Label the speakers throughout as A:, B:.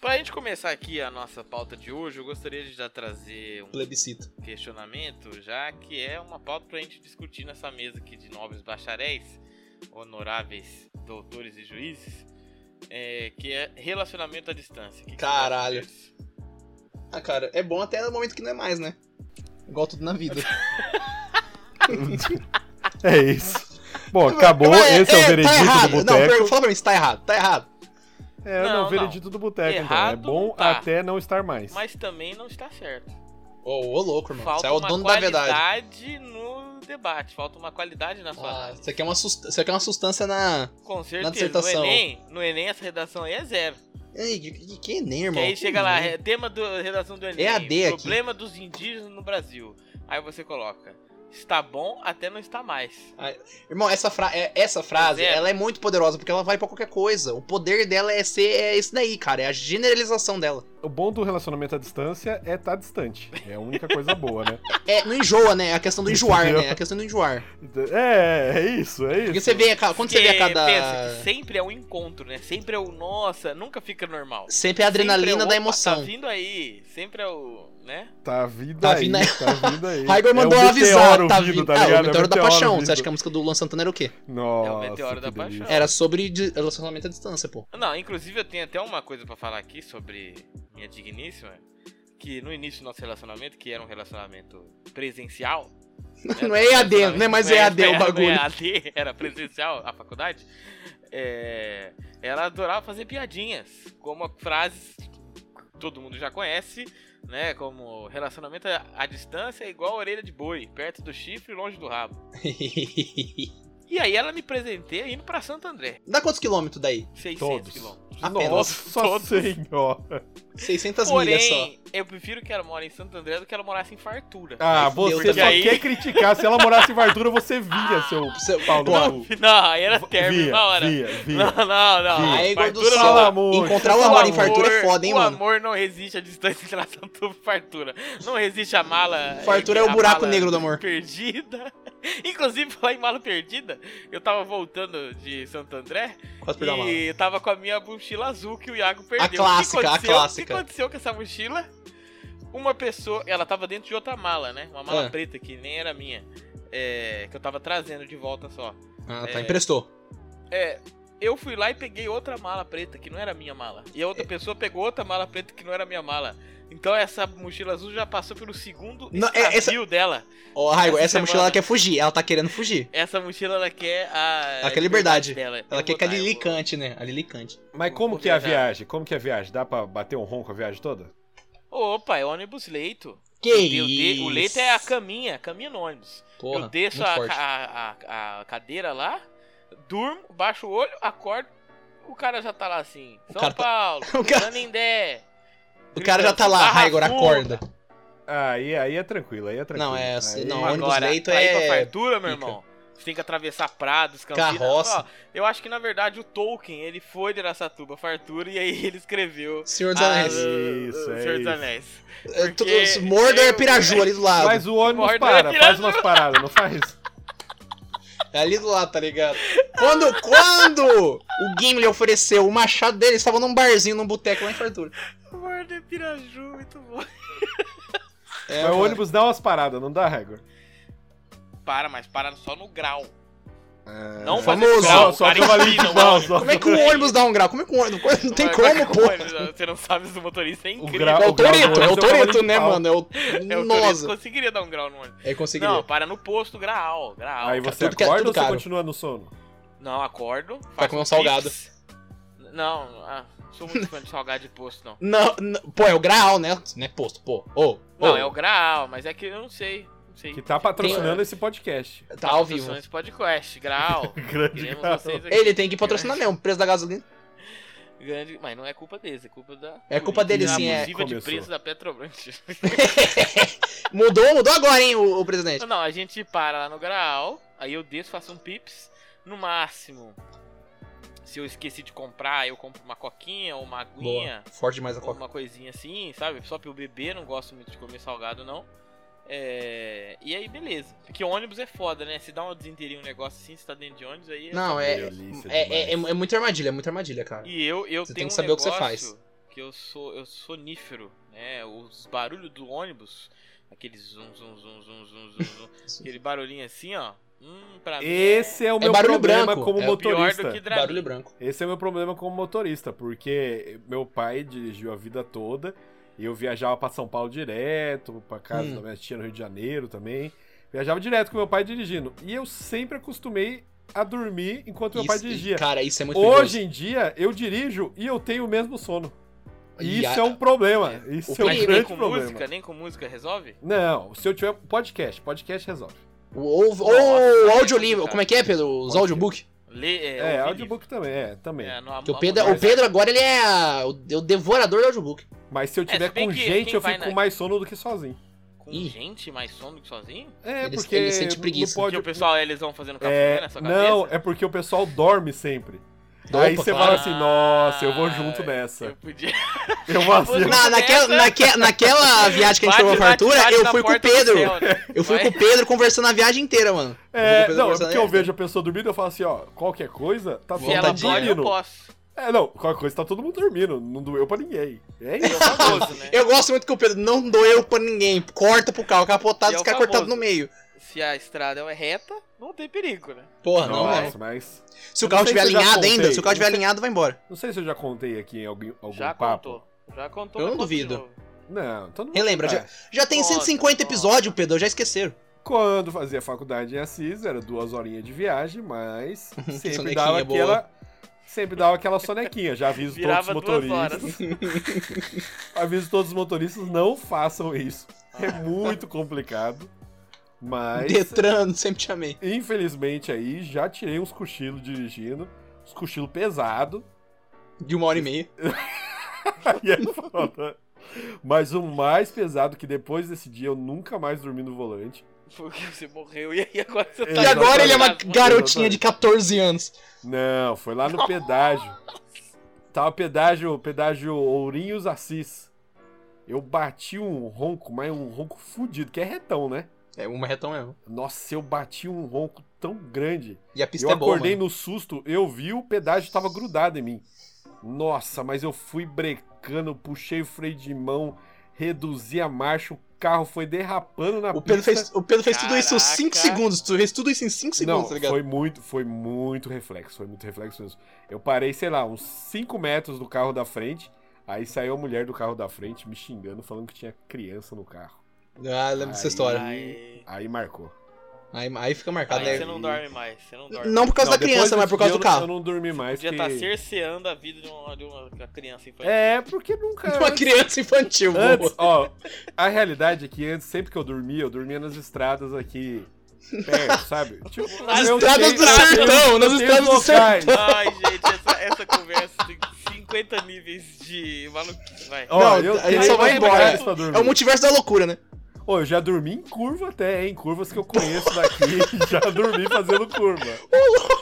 A: Pra gente começar aqui a nossa pauta de hoje, eu gostaria de já trazer um
B: Plebiscito.
A: questionamento, já que é uma pauta pra gente discutir nessa mesa aqui de nobres bacharéis, honoráveis doutores e juízes, é, que é relacionamento à distância. O que que você acha
B: Caralho.
A: disso?
B: Ah, cara, é bom até o momento que não é mais, né? Igual tudo na vida.
C: É isso. Bom, acabou. Esse é o
B: tá
C: veredito
B: errado.
C: do
B: Não, per-
C: boteco.
B: fala pra mim se tá errado, tá errado.
C: É, não,
A: Não,
C: o veredito do boteco, então. É
A: Errado
C: bom
A: tá.
C: até não estar mais.
A: Mas também não está certo.
B: Ô, ô louco, irmão.
A: Falta
B: Você é o
A: uma
B: dono da verdade.
A: qualidade no debate, falta uma qualidade na sua
B: Ah,
A: análise.
B: Isso aqui é uma sust- isso aqui é uma sustância na.
A: Com certeza, no
B: dissertação.
A: Enem, no Enem essa redação aí é zero.
B: Ei, de- de que Enem,
A: Que
B: irmão?
A: aí
B: Que
A: chega lá,
B: Enem?
A: é, tema da redação do Enem.
B: É AD aqui.
A: Problema dos indígenas no Brasil. Aí você coloca, está bom até não está mais.
B: Irmão, essa, fra- é- essa frase,
A: Zero.
B: ela é muito poderosa, porque ela vai pra qualquer coisa. O poder dela é ser é esse daí, cara. É a generalização dela.
C: O bom do relacionamento à distância é estar distante. É a única coisa boa, né?
B: É, não enjoa, né? É a questão do enjoar, né?
C: Entendeu?
B: É a questão do enjoar.
C: Então, É, é isso, é
B: Porque
C: isso.
B: você vê, a ca- quando você vê a
A: Porque
B: cada.
A: pensa que sempre é um encontro, né? Sempre é o nossa, nunca fica normal.
B: Sempre é a adrenalina
A: Sempre é o,
B: da
A: "Opa,
B: emoção.
A: Tá vindo aí, sempre é o, né?
C: Tá vindo
B: Tá
C: aí,
B: vindo aí.
C: tá vindo aí.
B: Raigor
C: É
B: mandou
C: um
B: avisar,
C: meteoro
B: tá
C: vindo,
B: vindo.
C: tá
B: Ah,
C: ligado? É
B: o Meteoro
C: um
B: da
C: meteoro
B: Paixão.
C: vindo.
B: Você acha que a música do Luan Santana era o quê?
C: Nossa,
A: meteoro
C: que
A: da
C: delícia.
A: paixão.
B: Era sobre de- relacionamento à distância, pô.
A: Não, inclusive eu tenho até uma coisa pra falar aqui sobre minha digníssima, que no início do nosso relacionamento, que era um relacionamento presencial, né,
B: Não é EAD,
A: relacionamento-
B: não é mais EAD o
A: não é
B: bagulho.
A: EAD, era presencial, a faculdade. É, ela adorava fazer piadinhas, como frases que todo mundo já conhece, né? Como relacionamento à à distância é igual a orelha de boi, perto do chifre e longe do rabo. E aí ela me presenteia indo pra Santo André,
B: Dá quantos quilômetros daí?
A: 600
C: Todos.
A: quilômetros.
B: Apenas.
C: Nossa
A: Todos.
C: senhora.
B: 600 milhas só.
A: Porém, eu prefiro que ela more em Santo André do que ela morasse em Fartura.
C: Ah,
B: Deus,
C: você
B: Deus.
C: só quer criticar. Se ela morasse em Vartura, você via, seu
B: Você-
C: pau
B: Pô,
C: no cu.
A: Não, aí era término
C: Via,
A: na hora.
C: via, via.
A: Não, não, não.
C: Via.
B: Aí, Gordo
A: Fartura
B: Sol,
A: não.
C: Fala, amor.
B: encontrar o
C: Fala,
B: amor em fartura é foda, hein,
A: o
B: mano?
A: amor não resiste à distância entre a Santo e Fartura. Não resiste a mala. eh,
B: Fartura é
A: a
B: o buraco
A: mala
B: negro do amor.
A: Perdida. Inclusive, falar em mala perdida, eu tava voltando de Santo André
B: Quase
A: e
B: perdeu a mala.
A: eu tava com a minha mochila azul que o Iago perdeu. O que
B: clássica, a
A: aconteceu- O que
B: clássica.
A: aconteceu com essa mochila? Uma pessoa. Ela tava dentro de outra mala, né? Uma mala
B: Ah.
A: preta que nem era minha. É, que eu tava trazendo de volta só.
B: Ah, tá,
A: É.
B: emprestou.
A: É, eu fui lá e peguei outra mala preta que não era minha mala. E a
B: É.
A: outra pessoa pegou outra mala preta que não era minha mala. Então essa mochila azul já passou pelo segundo
B: Não, é-
A: desafio dela.
B: Ó, Raigo,
A: Essa
B: essa mochila
A: semana.
B: ela quer fugir, ela tá querendo fugir.
A: Essa mochila ela quer a.
B: Ela quer liberdade.
A: dela.
B: Ela
A: Eu
B: quer
A: vou
B: que a
A: dar, eu
B: Lili
A: vou-
B: cante, né? A Lili cante.
C: Mas
A: Vou-
C: como
A: vou
C: que é a
A: viajar.
C: viagem? Como que é a viagem? Dá pra bater um ronco a viagem toda?
A: Opa, é ônibus leito.
B: Que
A: Eu dei- eu dei-
B: isso?
A: O leito é a caminha, caminha no ônibus.
B: Porra,
A: eu desço
B: muito
A: a,
B: forte.
A: a- a- a cadeira lá, durmo, baixo o olho, acordo, o cara já tá lá assim. São
B: cara tá-
A: Paulo,
B: O cara-
A: Canindé.
B: O cara já tá lá, Raigor, acorda.
C: Aí, aí é tranquilo, aí é tranquilo.
B: Não, é,
C: Aí-
B: não, ônibus
A: Agora,
B: leito
A: pra ir
B: é-
A: pra fartura, meu
B: Fica.
A: irmão, você tem que atravessar prados, campinas.
B: Carroça.
A: Ó, eu acho que, na verdade, o Tolkien, ele foi de Araçatuba, fartura, e aí ele escreveu...
B: Senhor dos
A: Ah,
B: Anéis.
C: Isso,
A: o
C: é
A: Senhor dos
C: isso.
A: Anéis.
B: É, tu-
A: porque um-
B: os Mordor e
A: eu-
B: Piraju ali do lado.
C: Mas o ônibus
A: Mordor é
C: para, faz
A: pirata.
C: umas paradas, não faz?
B: É ali do lado, tá ligado? Quando, quando o Gimli ofereceu o machado dele, eles estavam num barzinho, num boteco lá em Fartura.
A: Morde Piraju, muito bom.
B: É,
C: Mas o
B: mano.
C: ônibus dá umas paradas, não dá, Raigor?
A: Para, mas para só no grau. Não
B: famoso.
A: fazer grau,
C: Só- só
A: cara,
C: pelo ali
A: empina
C: de
A: o
C: grau,
A: ônibus.
C: só.
B: Ah. Como é que o ônibus dá um grau? Como é que o ônibus... Não tem como,
A: pô.
B: pô.
A: Você não sabe se o motorista é
C: O
A: incrível.
C: grau-
B: É o Toreto, é o
C: ônibus é o
B: Toreto, né,
C: principal.
B: mano? É o...
A: É, o motorista
B: Nossa.
A: conseguiria dar um grau no ônibus.
B: Aí conseguiria.
A: Não, para no posto, graal, graal.
C: Aí você
B: Tudo que é-
C: acorda
B: tudo
C: ou você
B: caro.
C: continua no sono?
A: Não, acordo.
B: Vai
A: faço
B: comer um salgado.
A: pix. Não, ah, sou muito fã de salgado de posto, não.
B: Não, não- pô, é o grau, né? Não é posto, pô. Ô,
A: Não,
B: ô,
A: é o graal, mas é que eu não sei. Não sei.
C: Que tá patrocinando esse podcast.
B: Tá ao vivo.
A: Patrocina esse podcast, graal.
C: Grande
A: Queremos
C: grau.
A: vocês aqui.
B: Ele tem que patrocinar mesmo, o preço da gasolina.
A: Grande... Mas não é culpa deles, é culpa da.
B: É culpa dele,
A: Da
B: sim, é.
A: abusiva de
C: Começou.
A: preço da Petrobras.
B: Mudou, mudou agora, hein, o, o presidente.
A: Não, não, a gente para lá no graal, aí eu desço, faço um pips. No máximo, se eu esqueci de comprar, eu compro uma coquinha ou uma aguinha.
B: Forte demais a
A: ou
B: Coca.
A: uma coisinha assim, sabe? Só pra eu beber, não gosto muito de comer salgado, não. É... E aí, beleza. Porque ônibus é foda, né? Se dá uma desinteria um negócio assim, você tá dentro de ônibus, aí...
B: Não, é...
C: Delícia
B: É, é, é,
C: demais.
B: é muita armadilha, é muita armadilha, cara.
A: E eu, eu
B: Você
A: tenho
B: tem que
A: um
B: saber o que você
A: negócio
B: faz.
A: que eu sou eu sou nífero, né? Os barulhos do ônibus, aqueles zum zum zum zum zum zum, zum aquele barulhinho assim, ó. Hum, pra mim é
C: Esse é o meu
B: barulho
C: problema
B: branco,
C: como
B: é o
A: pior
C: motorista.
A: do que Dramin.
B: Barulho branco.
C: Esse é o meu problema como motorista, porque meu pai dirigiu a vida toda e eu viajava pra São Paulo direto, pra casa
B: Hum.
C: da minha tia no Rio de Janeiro também. Viajava direto com meu pai dirigindo. E eu sempre acostumei a dormir enquanto meu pai
B: Isso-
C: dirigia.
B: Cara, isso é muito
C: Hoje em dia, eu dirijo e eu tenho o mesmo sono. E
B: E
C: isso
B: a-
C: é um problema. Isso é um
A: Mas nem
C: grande
A: com
C: problema.
A: música, né? nem com música resolve?
C: Não, se eu tiver podcast, podcast resolve.
B: Ou
A: Nossa,
B: o audiolivro,
A: cara.
B: como é que é, Pedro? Os
C: Pode
B: audiobook?
A: Lê, é,
C: É,
A: ouvir
C: audiobook também, é,
A: livro.
C: também.
A: É, no-
B: Porque o
A: a-
B: Pedro,
A: a-
B: o Pedro agora ele é o, é o devorador de audiobook.
C: Mas se eu
A: É, se
C: tiver
A: bem
C: com
A: que
C: gente,
A: quem
C: eu
A: vai
C: fico
A: na-
C: com mais sono do que sozinho.
A: Com
B: Ih.
A: gente mais sono do que sozinho?
C: É,
B: Ele-
C: porque
B: ele sente
C: não
B: preguiça.
A: Porque
C: pode-
A: o pessoal, eles vão fazendo café
C: É,
A: na sua Tá cabeça?
C: não, é porque o pessoal dorme sempre.
B: Opa,
C: Aí você
B: claro.
C: fala assim, nossa, eu vou junto
A: Ah,
C: nessa.
A: Eu podia...
C: Eu vou assim.
A: vou-
B: Na, naquela, naque- naquela viagem que a gente
A: Bate,
B: foi pra
A: bate,
B: fartura,
A: bate
B: eu
A: na
B: fui com o
A: porta do
B: Pedro.
A: céu, né?
B: Eu fui
A: Vai.
B: com o Pedro conversando a viagem inteira, mano.
C: É,
B: Eu vou
C: não, é
B: conversando
C: porque eu
B: nessa.
C: vejo a pessoa dormindo, eu falo assim, ó, qualquer coisa, tá
A: Se
C: todo
A: ela
C: mundo
B: Vontade,
A: pode, eu
C: dormindo.
A: posso.
C: É, não, qualquer coisa, tá todo mundo dormindo, não doeu pra ninguém. É
A: E é
C: isso.
A: o famoso, né?
B: Eu gosto muito que o Pedro não doeu pra ninguém. Corta pro carro,
A: E
B: capotado,
A: é
B: os
A: o
B: caras cortados
A: famoso.
B: no meio.
A: Se a estrada é reta, não tem perigo, né?
B: Porra, não, mano.
C: Nossa, mas...
B: Se o
C: é. Eu não
B: carro estiver
C: sei se eu já
B: alinhado
C: contei.
B: ainda, se o carro
C: Eu não
B: estiver
C: sei-
B: alinhado, vai embora.
C: Não sei se eu já contei aqui em algum, algum
A: Já
C: papo.
A: contou. Já contou.
B: Eu
A: mas
B: não
A: conta de
B: duvido.
A: novo.
C: Não, todo mundo.
B: Relembra,
C: já...
B: Já tem
A: Nossa,
B: 150 episódios, Pedro, já esqueceram.
C: Quando fazia faculdade em Assis, era duas horinhas de viagem, mas sempre
B: Sonequinha
C: dava
B: boa.
C: aquela. Sempre dava aquela sonequinha. Já aviso
A: Virava
C: todos os
A: duas
C: motoristas. aviso todos os motoristas, não façam isso. É muito complicado. Mas,
B: Detran, sempre te amei.
C: infelizmente, aí já tirei uns cochilos dirigindo. Uns cochilos pesado.
B: De uma hora e meia.
C: Aí é foda. Mas o mais pesado que depois desse dia eu nunca mais dormi no volante.
A: Porque você morreu e aí agora você tá...
B: E agora ele é uma garotinha
C: Exatamente.
B: de 14 anos.
C: Não, foi lá no pedágio. Tava pedágio, pedágio Ourinhos Assis. Eu bati um ronco, mas um ronco fudido, que é retão, né?
B: É, uma retão mesmo.
C: Nossa, eu bati um ronco tão grande.
B: E a pista
C: eu
B: é boa,
C: acordei
B: mano.
C: no susto, eu vi o pedágio tava grudado em mim. Nossa, mas eu fui brecando, puxei o freio de mão, reduzi a marcha, o carro foi derrapando na
B: O Pedro
C: pista.
B: fez, o Pedro fez tudo isso em 5
A: Caraca.
B: segundos. Tu fez tudo isso em 5 segundos,
C: Não,
B: tá ligado?
C: foi muito, foi muito reflexo, foi muito reflexo mesmo. Eu parei, sei lá, uns 5 metros do carro da frente, aí saiu a mulher do carro da frente me xingando, falando que tinha criança no carro.
B: Ah, eu lembro dessa
C: Aí-
B: história.
A: Aí,
C: Aí marcou.
B: Aí, aí fica marcado,
A: aí
C: Cadê?
A: você
B: né?
A: não dorme mais, você não dorme.
B: Não por causa
C: Não,
B: da
C: depois
B: criança, mas
C: desse
B: por causa
C: dia
B: do
C: eu não-
B: carro.
C: Eu não dormi mais.
A: Podia tá
C: que-
A: estar cerceando a vida de uma, de uma criança infantil.
C: É, porque nunca.
B: Uma criança infantil, boa.
C: Antes, ó, a realidade é que antes, sempre que eu dormia, eu dormia nas estradas aqui perto, sabe? Tipo,
A: Nas
C: eu
B: estradas
C: sei-
B: do sertão, nas
C: eu sei
B: estradas do
C: os locais.
B: sertão.
A: Ai, gente, essa, essa conversa tem 50 níveis de maluquice, vai.
C: Ó,
B: Não,
C: eu
B: a gente
C: tenho
B: só vai
C: lugares
B: embora.
C: pra dormir.
B: É o multiverso da loucura, né?
C: Ô, eu já dormi em curva até, hein? Curvas que eu conheço daqui, já dormi fazendo curva.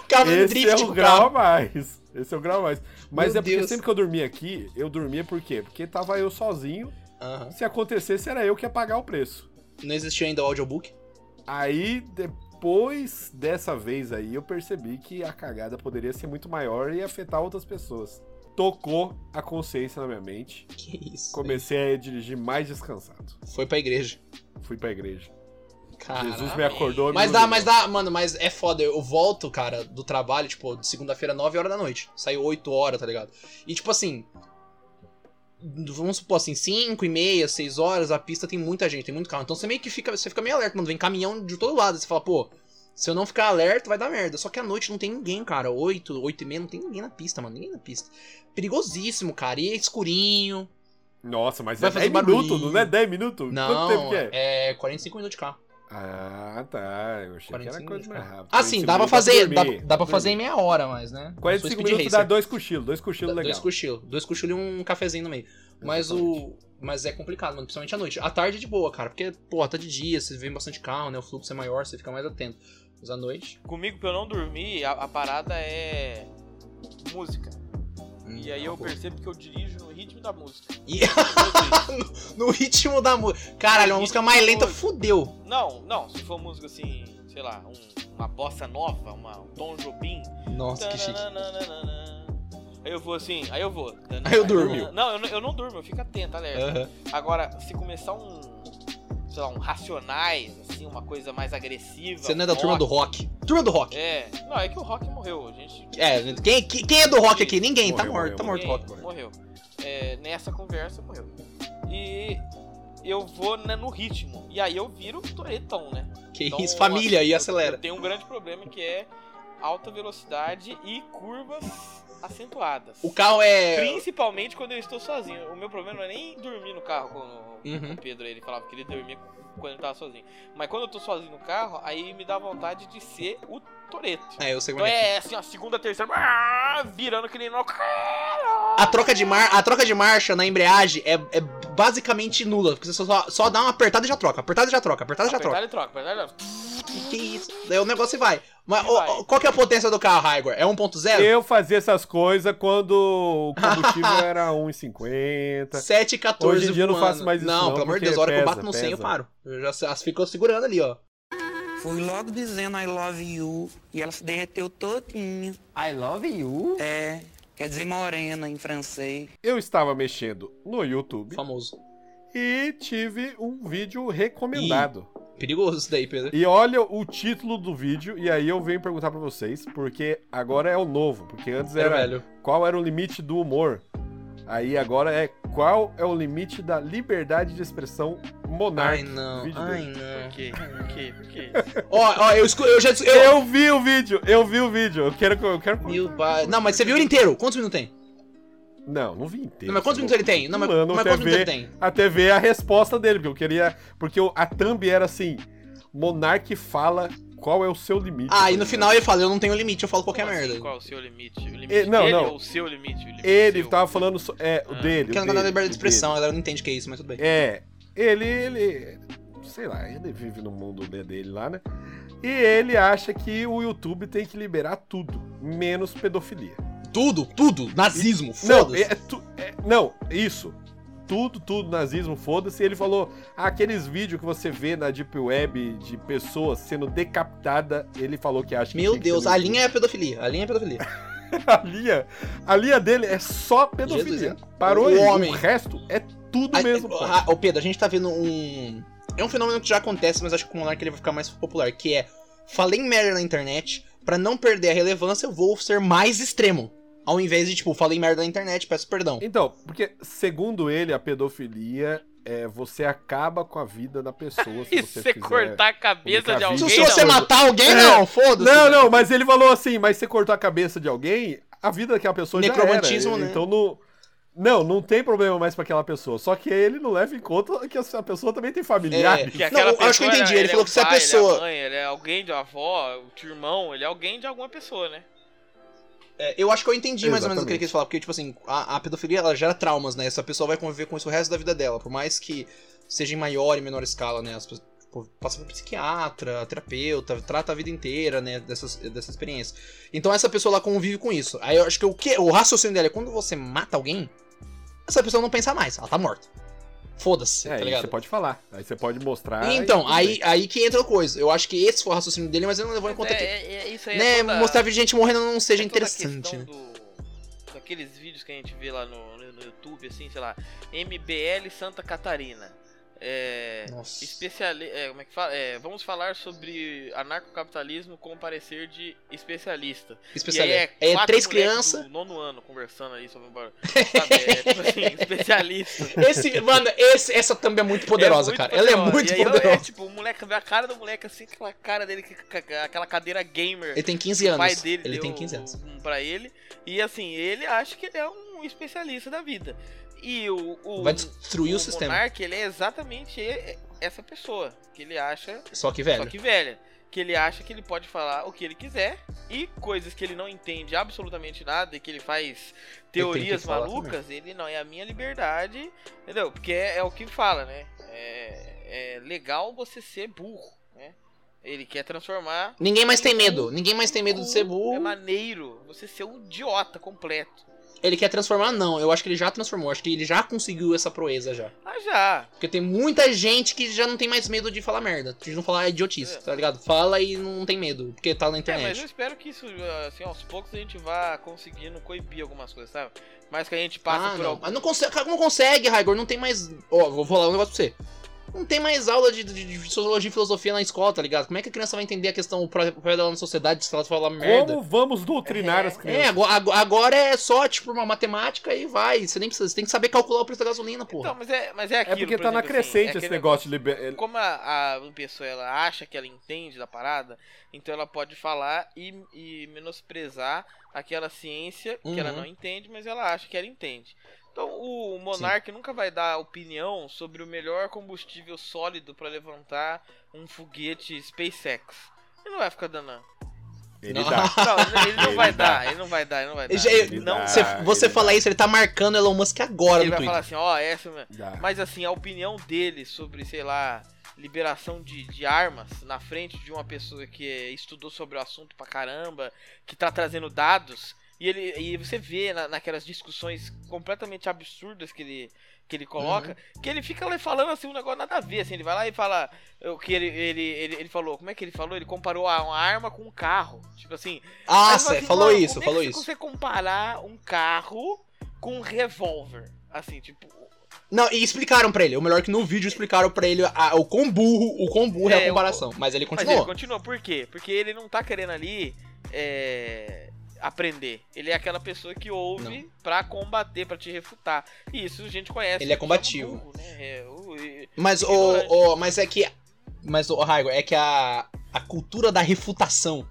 B: Carro
C: Esse é
B: drift,
C: o
B: com
C: grau a
B: carro.
C: mais. Esse é o grau a mais. Mas
B: Meu
C: é porque
B: Deus.
C: sempre que eu dormia aqui, eu dormia por quê? Porque tava eu sozinho.
B: Aham.
C: Se acontecesse, era eu que ia pagar o preço.
B: Não existia ainda o audiobook.
C: Aí, depois dessa vez aí, eu percebi que a cagada poderia ser muito maior e afetar outras pessoas. Tocou a consciência na minha mente.
B: Que isso.
C: Comecei a dirigir mais descansado.
B: Foi pra igreja.
C: Fui pra igreja.
B: Caraca.
C: Jesus me acordou. e me
B: Mas dá,
C: olhou.
B: mas dá, mano, mas é foda. Eu volto, cara, do trabalho, tipo, de segunda-feira, 9 horas da noite. Saiu 8 horas, tá ligado? E, tipo assim. Vamos supor assim, 5 e meia, 6 horas, a pista tem muita gente, tem muito carro. Então você meio que fica, você fica meio alerta, mano. Vem caminhão de todo lado. Você fala, pô, se eu não ficar alerta, vai dar merda. Só que à noite não tem ninguém, cara. 8, 8 e meia, não tem ninguém na pista, mano. Ninguém na pista. Perigosíssimo, cara. E é escurinho.
C: Nossa, mas
B: Vai
C: é
B: fazer
C: 10 minutos,
B: barulhinho.
C: não é 10 minutos? Quanto tempo
B: Não,
C: que é?
B: é 45 minutos de carro.
C: Ah, tá. Eu achei que era
B: 45
C: coisa mais
B: minutos.
C: rápida.
B: Ah, sim, dá
C: 45
B: pra
C: minutos
B: fazer,
C: dormir, é
B: dá, dá pra
C: dormir.
B: fazer em meia hora, mas, né?
C: 45
B: Sou speed
C: minutos dá
B: racer.
C: dois cochilos, dois cochilos
B: Dois
C: legal.
B: cochilos. Dois cochilos e um cafezinho no meio. Mas o. Mas é complicado, mano, principalmente à noite. À tarde é de boa, cara, porque, porra, tá de dia, você vê bastante carro, né? O fluxo é maior, você fica mais atento. Mas à noite.
A: Comigo, pra eu não dormir, a, a parada é música.
B: hum,
A: E aí eu
B: Não, pô.
A: percebo que eu dirijo no ritmo da música.
B: E-
A: Meu Deus.
B: No ritmo da música. Caralho, é uma música mais lenta fudeu.
A: não, não, se for música assim, sei lá, um- uma bossa nova, uma, um Tom Jobim.
B: Nossa, que chique.
A: Tananana, Aí eu vou assim, aí eu vou.
B: Aí eu durmo.
A: Não, não, eu, não- eu não durmo, eu fico atento, alerta.
B: Aham.
A: Agora, se começar um, sei lá, um Racionais, assim, uma coisa mais agressiva. um
B: Você não é da turma do rock. Turma do rock.
A: É, não, é que o rock morreu, a gente.
B: É, quem, quem- quem é do rock aqui? Ninguém, tá
C: Morreu,
B: morto, tá morto
A: Ninguém
B: o rock.
C: rock,
A: morreu. É, nessa conversa morreu. E eu vou na- no ritmo. E aí eu viro Toretão, né?
B: Que
A: Então,
B: isso, família,
A: eu-
B: aí
A: eu-
B: acelera.
A: Eu tenho um grande problema que é alta velocidade e curvas acentuadas.
B: O carro é.
A: Principalmente quando eu estou sozinho. O meu problema não é nem dormir no carro com,
B: Uhum.
A: com o Pedro. Ele falava que ele dormia quando ele tava sozinho. Mas quando eu tô sozinho no carro, aí me dá vontade de ser o Toreto.
B: É, eu sei como
A: Então
B: é.
A: é assim, ó, segunda, terceira, ah, virando que nem no
B: A troca, de mar... a troca de marcha na embreagem é, é basicamente nula, porque você só, só dá uma apertada e já troca, apertada e já troca, apertada e já troca.
A: Apertar e troca, apertar e troca.
B: Que, que isso? Daí o negócio vai. Mas
A: E
B: ó,
A: vai.
B: ó, qual que é a potência do carro, Raigor? É 1.0?
C: Eu fazia essas coisas quando o combustível era 1,50.
B: 7, 14
C: Hoje em dia eu não
B: voando.
C: faço mais isso
B: Não,
C: não,
B: pelo amor de
C: porque
B: Deus, a hora que eu
C: pesa,
B: bato no 100 eu
C: pesa.
B: paro. Eu já se- as ficou segurando ali, ó.
D: Fui logo dizendo I love you e ela se derreteu todinha.
C: I love you.
D: É, quer dizer morena em francês.
C: Eu estava mexendo no YouTube
B: Famoso.
C: e tive um vídeo recomendado.
B: Perigoso isso daí, Pedro.
C: E olha o título do vídeo e aí eu venho perguntar pra vocês, porque agora é o novo, porque antes
B: É,
C: era
B: velho.
C: qual era o limite do humor. Aí agora é qual é o limite da liberdade de expressão
B: Ai,
C: monarca.
B: não.
C: vídeo
B: Ai,
C: dele.
A: Por
B: não.
A: quê? Por quê? Por quê?
B: Ó, ó, eu, escu- eu já... dis- Eu...
C: Eu vi o vídeo, eu vi o vídeo. Eu quero eu quero
B: Meu pai. Não, mas você viu ele inteiro. Quantos minutos tem?
C: Não, não vi inteiro.
B: Não, mas quantos
C: tá
B: minutos ele tem? Não, mas, mas
C: Pulando
B: quantos
C: até
B: minutos ele
C: ver.
B: tem?
C: até ver a resposta dele, porque eu queria. Porque o- a thumb era assim: Monark fala qual é o seu limite.
B: Ah, e no final ele fala, eu não tenho limite, eu falo qualquer
A: Como assim,
B: é merda.
A: Qual o seu limite? O limite
C: Eh, não,
A: dele
C: não.
A: ou o seu limite? O limite
C: Ele
A: seu?
C: tava falando. so- É, o
A: Ah.
C: dele.
B: Porque
C: o
B: não dá
C: dele,
B: liberdade de
C: o dele.
B: expressão, a galera não entende o que é isso, mas tudo bem.
C: É. Ele, ele. Sei lá, ele vive no mundo de- dele lá, né? E ele acha que o YouTube tem que liberar tudo, menos pedofilia.
B: Tudo, tudo, nazismo,
C: Não,
B: foda-se.
C: é, tu- é- não, isso. Tudo, tudo, nazismo, foda-se. Ele falou, "Ah, aqueles vídeos que você vê na Deep Web de pessoas sendo decapitada, ele falou que acha que
B: Meu
C: tinha que
B: Deus,
C: ser
B: a
C: no
B: linha é a pedofilia, a linha é a pedofilia.
C: YouTube. a linha. A linha dele é só pedofilia.
B: Jesus, é.
C: Parou
B: O
C: aí.
B: homem.
C: O resto é tudo
B: Aí,
C: mesmo. pô.
B: ah, Ô Pedro, a gente tá vendo um. É um fenômeno que já acontece, mas acho que com o Monark ele vai ficar mais popular, que é falei merda na internet, pra não perder a relevância, eu vou ser mais extremo. Ao invés de, tipo, falei merda na internet, peço perdão.
C: Então, porque segundo ele, a pedofilia é você acaba com a vida da pessoa se
A: E
C: você
A: você
C: quiser.
A: cortar a cabeça de
C: Se
A: alguém. é tá-
B: Se
C: não.
B: você matar alguém, não, foda-se.
C: É. Não, não, mas ele falou assim, mas você cortou a cabeça de alguém, a vida daquela pessoa
B: Necromantismo,
C: já era.
B: né?
C: Então não, não, não tem problema mais pra aquela pessoa. Só que ele não leva em conta que a pessoa também tem familiar.
B: É.
A: Porque
B: Não,
A: aquela
B: eu acho que
A: pessoa,
B: eu entendi, ele
A: é
B: falou
A: o
B: que se a
A: pai, ele é
B: pessoa-
A: mãe, ele é alguém de avó, o teu irmão, ele é alguém de alguma pessoa, né?
B: É, eu acho que eu entendi mais ou menos o que ele
C: Exatamente.
B: quis falar, porque, tipo assim, a, a pedofilia ela gera traumas, né? Essa pessoa vai conviver com isso o resto da vida dela, por mais que seja em maior e menor escala, né? As pessoas pô, passa por psiquiatra, terapeuta, trata a vida inteira, né, dessas, dessa experiência. Então essa pessoa, ela convive com isso. Aí eu acho que o que o raciocínio dela é quando você mata alguém, essa pessoa não pensa mais, ela tá morta. Foda-se,
C: É,
B: tá
C: aí
B: ligado?
C: você pode falar, aí você pode mostrar.
B: Então,
C: e-
B: aí, aí que entra a coisa. Eu acho que esse foi o raciocínio dele, mas ele não levou em
A: Mas
B: conta
A: é,
B: que
A: é- é- isso aí
B: né,
A: é toda,
B: mostrar vídeo de gente morrendo não seja
A: é toda a
B: interessante,
A: questão
B: né?
A: do- daqueles vídeos que a gente vê lá no, no- no YouTube, assim, sei lá, MBL Santa Catarina. É,
B: Nossa.
A: especiali é, como é que fala? É, vamos falar sobre anarcocapitalismo com parecer de especialista. E aí
B: Especialista.
A: é,
B: É,
A: quatro
B: três
A: moleque
B: crianças.
A: do nono ano conversando aí sobre. bar- Sabe, é, tipo assim, especialista.
B: Esse, mano, esse, essa thumb é muito poderosa,
A: É muito
B: cara. Ela
A: poderosa.
B: é muito
A: E aí eu-
B: poderosa.
A: é, tipo, o moleque, a cara do moleque, assim, aquela cara dele, que- que- que- aquela cadeira gamer.
B: Ele tem 15
A: o pai
B: anos.
A: dele
B: Ele
A: deu
B: tem 15 anos.
A: um pra ele. E assim, ele acha que ele é um especialista da vida. E o. o
B: Vai destruir o, sistema.
A: Monark, ele é exatamente e- essa pessoa que ele acha.
B: Só que,
A: Só
B: velho.
A: que velha. Que ele acha que ele pode falar o que ele quiser e coisas que ele não entende absolutamente nada e que ele faz teorias
B: falar
A: malucas, ele não, é a minha liberdade, entendeu? Porque é, é o que fala, né? É, é legal você ser burro, né? Ele quer transformar.
B: Ninguém mais tem medo. Ninguém mais tem medo de ser
A: É
B: burro.
A: maneiro você ser um idiota completo.
B: Ele quer transformar? Não. Eu acho que ele já transformou. Acho que ele já conseguiu essa proeza já.
A: Ah, já.
B: Porque tem muita gente que já não tem mais medo de falar merda. De não falar idiotice, tá ligado? Fala e não tem medo, porque tá na
A: É, mas eu
B: internet.
A: espero que isso, assim, aos poucos a gente vá conseguindo coibir algumas coisas, sabe? Mas que a gente passa
B: ah,
A: por
B: não.
A: algum.
B: Mas não consegue, cara, não consegue, Raigor. Não tem mais. Ó, vou falar um negócio pra você. Não tem mais aula de, de- de sociologia e filosofia na escola, tá ligado? Como é que a criança vai entender a questão, o próprio papel dela na sociedade se ela falar merda?
C: Como vamos doutrinar as
B: É,
C: crianças?
B: agora, ago- agora é só, tipo, uma matemática e vai. Você nem precisa, você tem que saber calcular o preço da gasolina, porra.
A: Então, mas é, mas é
C: É,
A: aquilo.
C: porque
A: por
C: tá na
A: exemplo, assim,
C: crescente
A: é
C: esse
A: aquele
C: negócio de liber...
A: Como a, a uma pessoa ela acha que ela entende da parada, então ela pode falar e, e menosprezar aquela ciência que ela
B: Uhum.
A: não entende, mas ela acha que ela entende. Então o monarca nunca vai dar opinião sobre o melhor combustível sólido pra levantar um foguete SpaceX. Ele não vai ficar dando. Não,
C: Ele dá.
A: ele não
C: Ele
A: vai
C: dá.
A: dar, ele não vai dar, ele não vai dar.
B: Ele já- é ele-
A: não,
B: Você,
C: Ah,
B: você
C: ele-
B: fala isso, ele tá marcando Elon Musk agora
A: ele
B: no
A: vai falar
B: Twitter.
A: assim, ó, essa mesmo.
C: dá.
A: Mas assim, a opinião dele sobre, sei lá, liberação de, de armas na frente de uma pessoa que estudou sobre o assunto pra caramba, que tá trazendo dados, e ele e você vê na- naquelas discussões completamente absurdas que ele, que ele coloca,
B: Uhum.
A: que ele fica lá falando assim um negócio nada a ver, assim, ele vai lá e fala o que ele, ele, ele, ele falou, como é que ele falou? Ele comparou a, uma arma com um carro. Tipo assim,
B: Ah,
A: Aí você
B: cê,
A: fala assim,
B: falou
A: mano,
B: isso,
A: como é
B: falou
A: que
B: isso.
A: Você comparar um carro com um revólver, assim, tipo,
B: Não, e explicaram pra ele. O melhor que no vídeo explicaram pra ele a- o quão burro, o quão burro é,
A: É,
B: a comparação. Mas ele
A: Mas
B: continuou.
A: ele continua, por quê? Porque ele não tá querendo ali é, aprender. Ele é aquela pessoa que ouve pra combater, pra te refutar. E isso a gente conhece.
B: Ele é
A: que chama
B: combativo.
A: burro, né? É, o- e-
B: Mas o,
A: Ignorante.
B: o- Mas é que. Mas, o Raigo, é que a, a cultura da refutação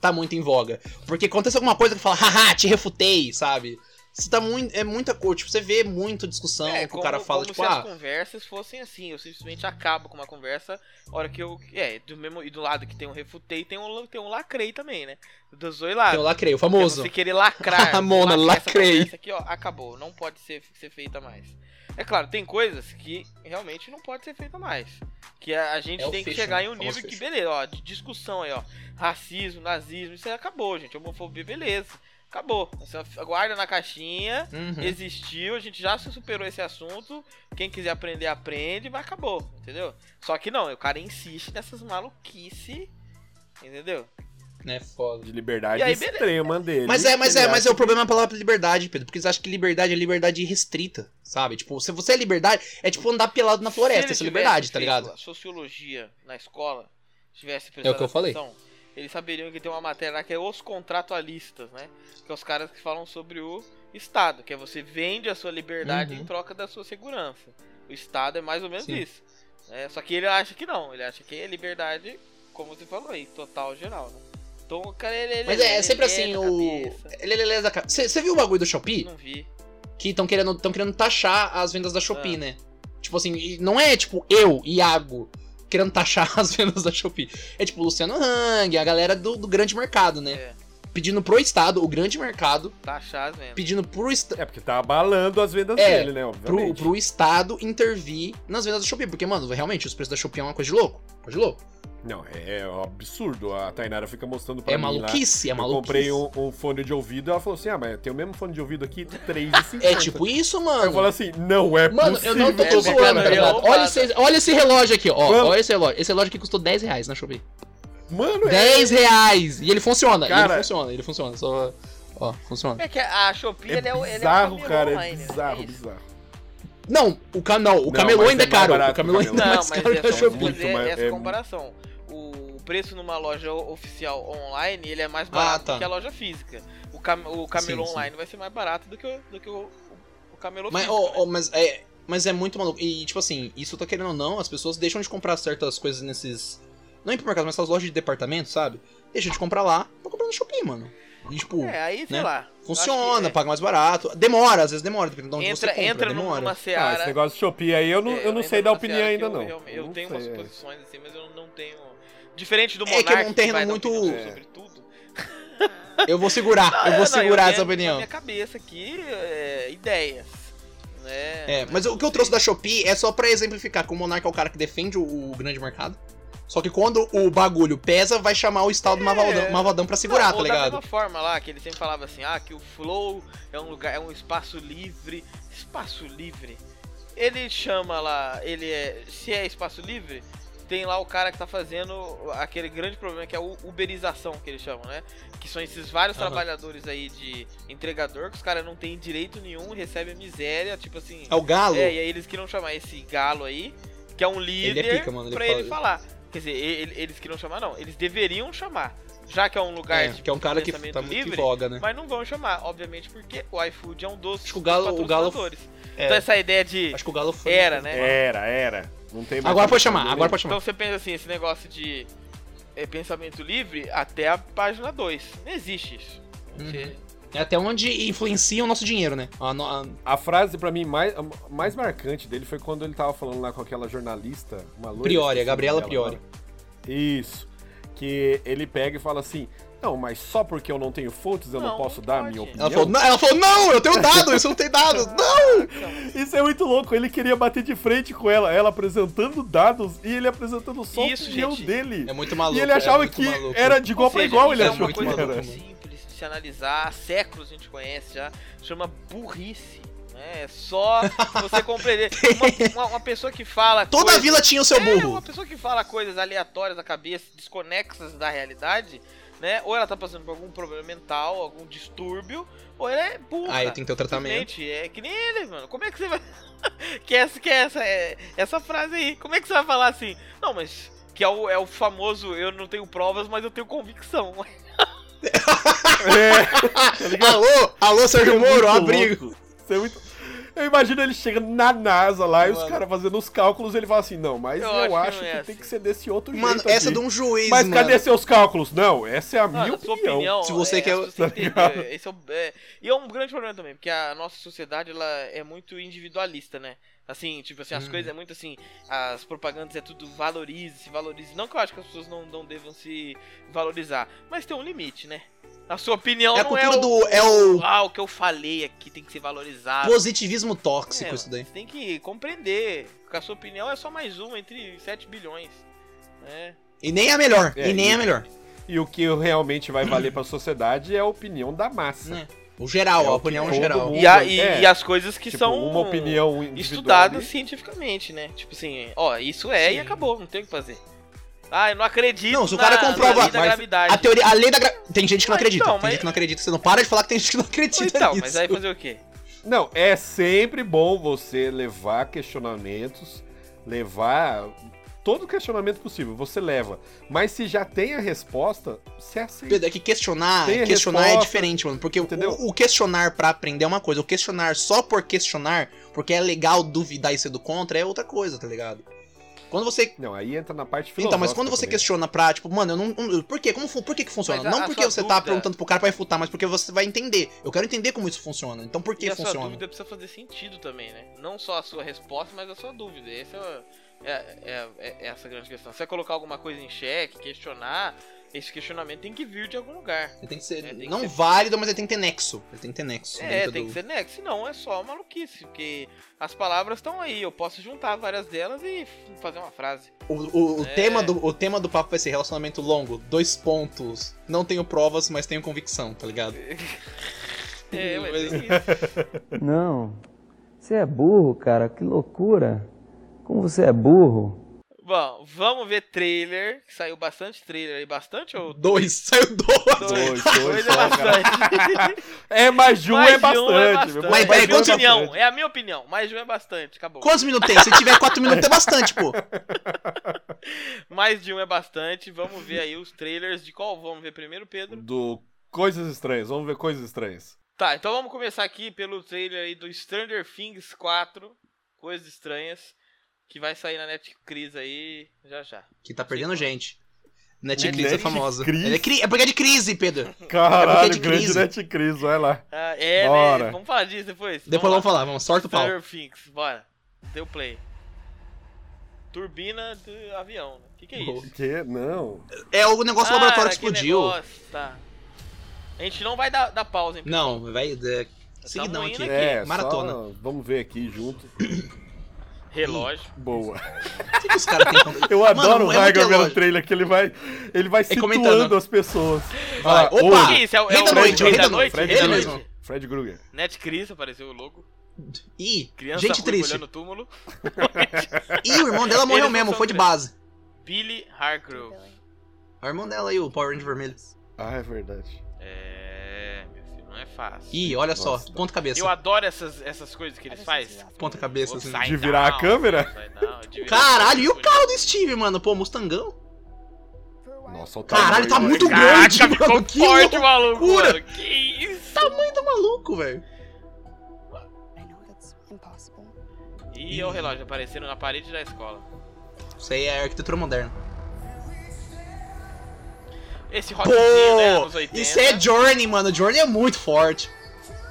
B: tá muito em voga. Porque acontece alguma coisa que fala, haha, te refutei, sabe? Você tá muito. É muita coisa. Tipo, você vê muita discussão
A: é,
B: que o cara fala,
A: como
B: tipo,
A: se
B: ah.
A: as conversas fossem assim. Eu simplesmente acabo com uma conversa, a hora que eu... É, do mesmo, e do lado que tem um refutei, tem um, tem um lacrei também, né? Dos dois lados.
B: Eu lacrei, o
A: Porque
B: famoso.
A: Você querer lacrar.
B: Ah, Mona,
A: lacrar essa
B: lacrei.
A: conversa aqui, ó, acabou. Não pode ser, ser feita mais. É claro, tem coisas que realmente não pode ser feita mais. Que a, a gente
B: É o
A: tem que
B: fecho,
A: chegar
B: né?
A: em um
B: Famoso
A: nível que,
B: fecho.
A: beleza, ó, de discussão aí, ó. Racismo, nazismo, isso aí acabou, gente. Homofobia, beleza. Acabou. Você guarda na caixinha,
B: Uhum.
A: existiu, a gente já se superou esse assunto. Quem quiser aprender, aprende, mas acabou, entendeu? Só que não, o cara insiste nessas maluquice, entendeu?
B: É foda.
C: De liberdade
A: E aí, beleza.
C: extrema dele.
B: Mas é, mas é,
C: Ele
B: mas é o problema é a palavra liberdade, Pedro. Porque eles acham que liberdade é liberdade restrita, sabe? Tipo, se você é liberdade, é tipo andar pelado na
A: Se
B: floresta,
A: ele
B: isso é
A: tivesse
B: liberdade, tá
A: feito
B: ligado?
A: a Sociologia na escola, tivesse
B: É o que eu falei.
A: atenção, eles saberiam que tem uma matéria lá que é os contratualistas, né? Que é os caras que falam sobre o Estado, que é você vende a sua liberdade
B: Uhum.
A: em troca da sua segurança. O Estado é mais ou menos
B: Sim.
A: isso. né? só que ele acha que não, ele acha que é liberdade, como você falou aí, total geral, né? Então o cara ele, ele-
B: Mas é, é
A: ele
B: sempre
A: da
B: assim, o. É,
A: cabeça.
B: Leleleza da cabeça. Você viu o bagulho do Shopee?
A: Não vi.
B: Que estão querendo, tão querendo taxar as vendas da Shopee,
A: Ah.
B: né? Tipo assim, e não é tipo eu, Iago, querendo taxar as vendas da Shopee. É tipo o Luciano Hang, a galera do, do grande mercado, né?
A: É.
B: Pedindo pro Estado, o grande mercado,
A: Tá achado mesmo.
B: pedindo pro, est
C: É porque tá abalando as vendas
B: É,
C: dele, né?
B: pro,
C: Obviamente.
B: pro Estado intervir nas vendas da Shopee. Porque, mano, realmente, os preços da Shopee é uma coisa de louco. Coisa de louco.
C: Não, é um absurdo. A Tainara fica mostrando pra
B: É
C: mim lá.
B: maluquice, é
C: Eu
B: maluquice.
C: comprei um, um fone de ouvido e ela falou assim, ah, mas tem o mesmo fone de ouvido aqui, 3,50.
B: É tipo isso, mano.
C: Eu falo assim, não é
B: Mano,
C: possível.
B: eu não tô
A: é possível,
B: zoando, tá
A: é
B: ligado?
A: roubado.
B: Olha esse, olha esse relógio aqui, ó.
C: Mano.
B: Olha esse relógio. Esse relógio aqui custou 10 reais na Shopee.
C: Mano, é-
B: 10 reais! E ele funciona, e
C: Cara.
B: ele funciona, ele funciona. Só. Ó, funciona.
A: É que a Shopee,
C: é,
A: ele é o. ele é o
C: bizarro,
A: camelô
C: cara, é
A: online, né?
C: bizarro,
A: isso.
C: bizarro.
B: Não, o, ca... não, o
C: Não,
B: camelô
C: mas
B: ainda
C: é
B: é
C: mais
B: caro.
C: barato
B: o camelô
C: que o
B: ainda é
C: camelô.
B: mais
A: Não, mas
B: caro que
A: é
B: a
A: só
C: muito
A: pra
B: Shopee.
A: fazer
C: mais-
A: essa
C: é
A: comparação. O preço numa loja oficial online, ele é mais barato
B: Ah, tá.
A: que a loja física. O, cam o camelô
B: Sim, sim.
A: online vai ser mais barato do que o, do que o, o camelô
B: Mas,
A: físico.
B: ó,
A: né?
B: ó, mas é. Mas é muito maluco. E, tipo assim, isso tá querendo ou não, as pessoas deixam de comprar certas coisas nesses. Não em mercado, mas essas lojas de departamento, sabe? Deixam de comprar lá pra comprar no Shopee, mano. E, tipo,
A: é, aí, sei
B: né?
A: lá. eu acho
B: funciona,
A: que,
B: paga mais barato. Demora, às vezes demora, dependendo de
A: é,
B: onde
A: entra,
B: você compra,
A: entra numa
B: demora.
C: Ah,
A: seara.
C: esse negócio de Shopee aí, eu não,
A: é,
C: eu não
A: entra
C: sei dar
A: numa
C: opinião
A: seara que
C: ainda,
A: eu
C: não.
A: realme- Eu,
C: não
A: tenho
C: sei,
A: umas
C: é.
A: posições assim, mas eu não tenho. Diferente do
B: É que é um
A: Monark,
B: terreno
A: vai dar
B: muito-
A: opinião
C: É.
A: sobre tudo. É,
B: Eu vou segurar, eu vou
A: não,
B: segurar
A: tenho na
B: essa opinião.
A: minha cabeça aqui, é, ideias. Né?
B: É, mas o que eu trouxe da Shopee é só pra exemplificar que o Monarca é o cara que defende o, o grande mercado. Só que quando o bagulho pesa, vai chamar o estado do Mavaldão, Mavaldão pra segurar,
A: É. Não, é
B: tá
A: ou Da
B: ligado?
A: mesma forma lá, que ele sempre falava assim, ah, que o Flow é um lugar, é um espaço livre. Espaço livre? ele chama lá, ele é, se é espaço livre, tem lá o cara que tá fazendo aquele grande problema que é a u- uberização que eles chamam, né? Que são esses vários
B: Aham.
A: trabalhadores aí de entregador que os caras não têm direito nenhum, recebem miséria, tipo assim.
B: É o galo?
A: É, e aí eles queriam chamar esse galo aí, que é um líder,
B: Ele é pica, mano, ele
A: pra
B: fala-
A: ele falar. Quer dizer, e- ele- eles queriam chamar, não. Eles deveriam chamar. Já que é um lugar
B: É,
A: de
B: que é um cara que
A: pensamento
B: tá muito em
A: livre,
B: voga, né?
A: mas não vão chamar, obviamente, porque o iFood é um doce
B: Acho que o Galo- o Galo- É,
A: Então essa ideia de
B: acho que o galo foi.
A: era, né?
C: Era, era. Não tem mais
B: Agora pode
C: como
B: chamar, agora pode chamar.
A: Então você pensa assim, esse negócio de é, pensamento livre até a página 2. Não existe isso. Você-
B: É até onde influencia o nosso dinheiro, né? A no- a-
C: A frase pra mim mais, a mais marcante dele foi quando ele tava falando lá com aquela jornalista, uma loira,
B: Priori,
C: esqueci
B: a Gabriela
C: o nome dela
B: Priori.
C: agora. Isso. Que ele pega e fala assim: "Não, mas só porque eu não tenho fotos eu não,
A: Não,
C: posso
A: não
C: dar a
A: pode.
C: minha opinião".
B: Ela falou, não, ela falou, não, eu tenho dado, isso não tem dado. Não!
C: Isso é muito louco, ele queria bater de frente com ela, ela apresentando dados e ele apresentando só
A: Isso,
C: o opinião
A: gente.
C: dele.
B: É muito maluco.
C: e ele achava
B: é muito
C: que
B: maluco.
C: era de igual
A: Ou
C: pra
A: seja,
C: igual,
A: isso
C: ele
A: é
C: achou
A: uma
C: que
A: coisa
B: maluco,
C: era.
A: muito simples de se analisar, há séculos a gente conhece já, chama burrice. né? É só você compreender. Uma, uma- uma pessoa que fala.
B: Toda a
A: coisas-
B: vila tinha o seu
A: É, uma
B: burro.
A: pessoa que fala coisas aleatórias da cabeça, desconexas da realidade, né? Ou ela tá passando por algum problema mental, algum distúrbio, ou ela é burra.
B: Aí tem que ter o tratamento.
A: Simplesmente, É que nem ele, mano. Como é que você vai. que essa, que essa, é, essa frase aí. Como é que você vai falar assim? Não, mas. Que é o, é o famoso, eu não tenho provas, mas eu tenho convicção.
C: É.
A: tá
B: alô, alô, Sérgio Moro,
C: Muito
B: abrigo.
C: louco. Isso é muito- Eu imagino ele chegando na NASA lá e os
B: Mano.
C: caras fazendo os cálculos ele fala assim: não, mas eu,
A: Eu acho que
C: acho
A: não é
C: que, tem
A: assim."
C: que ser desse outro
B: Mano,
C: jeito.
B: essa é
C: aqui."
B: de um juiz,
C: Mas
B: mano.
C: cadê seus cálculos? Não, essa é a
A: Mano,
C: minha
A: a sua
C: opinião. Tá
A: opinião.
B: Se você
A: é,
B: quer-
A: as pessoas têm que ter- esse é o- é, e é um grande problema também, porque a nossa sociedade ela é muito individualista, né? Assim, tipo assim, as
C: Uhum.
B: Hum.
A: coisas é muito assim, as propagandas é tudo valorize, se valorize. Não que eu acho que as pessoas não, não devam se valorizar, mas tem um limite, né? A sua opinião
B: É a
A: não é
B: cultura
A: o,
B: do. É o
A: ah, o que eu falei aqui tem que ser valorizado.
B: positivismo tóxico,
A: É,
B: isso daí.
A: Você tem que compreender que a sua opinião é só mais uma entre 7 bilhões. né?
B: E nem é a melhor,
C: É,
B: e nem é
C: e-
B: a melhor.
C: E o que realmente vai valer pra sociedade é a opinião da massa.
B: Né? O geral,
C: É
B: a
C: o que
B: opinião
C: todo
B: geral.
C: mundo-
A: E, a- e-
C: É,
A: e as coisas que
C: Tipo,
A: são.
C: uma opinião
A: estudado
C: individual.
A: cientificamente, né? Tipo assim, ó, isso é
B: Sim.
A: e acabou, não tem o que fazer. Ah, eu não acredito.
B: Não, se o cara
A: na,
B: comprova-
A: na lei da
C: mas-
A: gravidade.
B: A teoria, a lei da gra... Tem gente que não
A: Mas
B: acredita,
A: então,
B: tem
A: mas-
B: gente que não acredita. Você não para de falar que tem gente que não
A: Ou
B: acredita
A: Então,
B: nisso.
A: mas aí fazer o quê?
C: Não, é sempre bom você levar questionamentos, levar todo questionamento possível, você leva. Mas se já tem a resposta, você aceita.
B: Pedro, é que questionar,
C: Tem a
B: questionar é
C: resposta,
B: diferente, mano. Porque o,
C: entendeu?
B: o questionar pra aprender é uma coisa, o questionar só por questionar, porque é legal duvidar e ser do contra, é outra coisa, tá ligado? Quando você.
C: Não, aí entra na parte filosófica.
B: Então, mas quando você
C: também.
B: questiona pra, tipo, mano, eu não. eu- Por quê? Como, fu- por que que funciona?
A: Mas a-
B: não
A: a
B: porque
A: sua
B: você tá
A: dúvida-
B: perguntando pro cara pra refutar, mas porque você vai entender. Eu quero entender como isso funciona. Então por
A: e
B: que
A: a sua
B: funciona?
A: dúvida precisa fazer sentido também, né? Não só a sua resposta, mas a sua dúvida. Essa é, é- é- é essa a grande questão. Se você colocar alguma coisa em xeque, questionar, esse questionamento tem que vir de algum lugar.
B: Ele tem que ser.
A: É, tem que
B: não
A: ser-
B: válido, mas ele tem que ter nexo. Ele tem que ter nexo.
A: É,
B: dentro
A: tem
B: do-
A: que ser nexo, senão é só maluquice, porque as palavras estão aí, eu posso juntar várias delas e f- fazer uma frase.
B: O, o- o
A: É.
B: tema do, o tema do papo vai ser relacionamento longo, dois pontos. Não tenho provas, mas tenho convicção, tá ligado?
A: É, mas
B: Mas-
A: é isso.
E: Não, você é burro, cara, que loucura. Como você é burro?
A: Bom, vamos ver trailer, que saiu bastante trailer aí, bastante ou...
B: Dois, saiu dois.
C: Dois, dois
A: é
C: só, cara.
A: bastante.
C: É, mais de um
A: Mais
C: é
A: de um é
C: bastante.
A: bastante.
C: meu.
B: Mas,
C: Mais
A: É
B: peraí,
C: de
A: minha
C: um
B: quantos-
A: opinião, é a minha opinião, mais de um é bastante, acabou.
B: Quantos minutos tem? Se tiver quatro minutos é bastante, pô.
A: Mais de um é bastante, vamos ver aí os trailers de qual vamos ver primeiro, Pedro?
C: Do Coisas Estranhas, vamos ver Coisas Estranhas.
A: Tá, então vamos começar aqui pelo trailer aí do Stranger Things 4, Coisas Estranhas, que vai sair na Netflix aí já já.
B: Que tá perdendo gente. Netcris é
C: Netcris?
B: famosa. Ela É, cri- é porque é de crise, Pedro. É
C: Caralho,
B: porque é de
C: grande
B: crise.
C: Netcris, vai lá.
A: Ah, é,
C: Bora.
A: né? Vamos falar disso depois.
B: Depois vamos falar, vamos, sorte o pau.
A: Stranger Things, bora. Deu play. Turbina de avião, né? Que que é
C: O
A: isso?
C: quê? Não.
B: É o negócio do laboratório que
A: que
B: explodiu.
A: negócio, tá. A gente não vai dar, dar pausa, hein?
B: Não, vai. É...
A: Tá
B: Seguidão
A: indo
B: aqui.
A: aqui.
C: É,
B: Maratona.
C: só- Vamos ver aqui junto.
A: Relógio.
C: Boa.
B: Por que que os caras têm conta?
C: Eu
B: Mano,
C: adoro o
B: é muito
C: Weigel pelo
B: elogio.
C: trailer, que ele vai, ele vai
B: É comentando.
C: situando as pessoas.
B: Vai,
C: Ah,
B: opa!
C: hoje,
A: que é isso? É, o- é
B: Rei
A: o
B: da
A: Rei
B: Noite, é o Rei da Noite.
A: Noite?
C: Fred
B: Ele
A: Rei da
B: mesmo.
A: Noite?
C: Fred Krueger.
A: Net Chris apareceu o logo.
B: Ih,
A: Criança
B: gente
A: ruim
B: triste.
A: olhando o túmulo.
B: Ih, o irmão dela morreu
A: Eles não
B: mesmo,
A: são
B: foi de
A: três.
B: base.
A: Billy Hargrove.
B: O irmão dela aí, o Power Ranger vermelho.
C: Ah, é verdade.
A: É, meu filho, não é fácil.
B: Ih, olha
C: Nossa.
B: só, ponta cabeça.
A: Eu adoro essas, essas coisas que eles fazem.
B: Ponta cabeça, assim.
A: Upside
C: De virar a câmera?
A: upside down, de virar
B: Caralho, e o
A: a
B: carro do Steve, mano? Pô, Mustangão.
C: Nossa, o
B: Caralho, tá
C: tamanho
B: muito
C: dele.
B: grande,
A: Caraca, ficou
B: mano. Que
A: forte o maluco,
B: loucura. Tá
A: mano. Que isso?
B: Tamanho do maluco, velho.
A: E o relógio aparecendo na parede da escola.
B: Isso aí é arquitetura moderna.
A: Esse rockzinho, né, anos
B: Pô,
A: 80.
B: isso é Journey, mano. Journey é muito forte.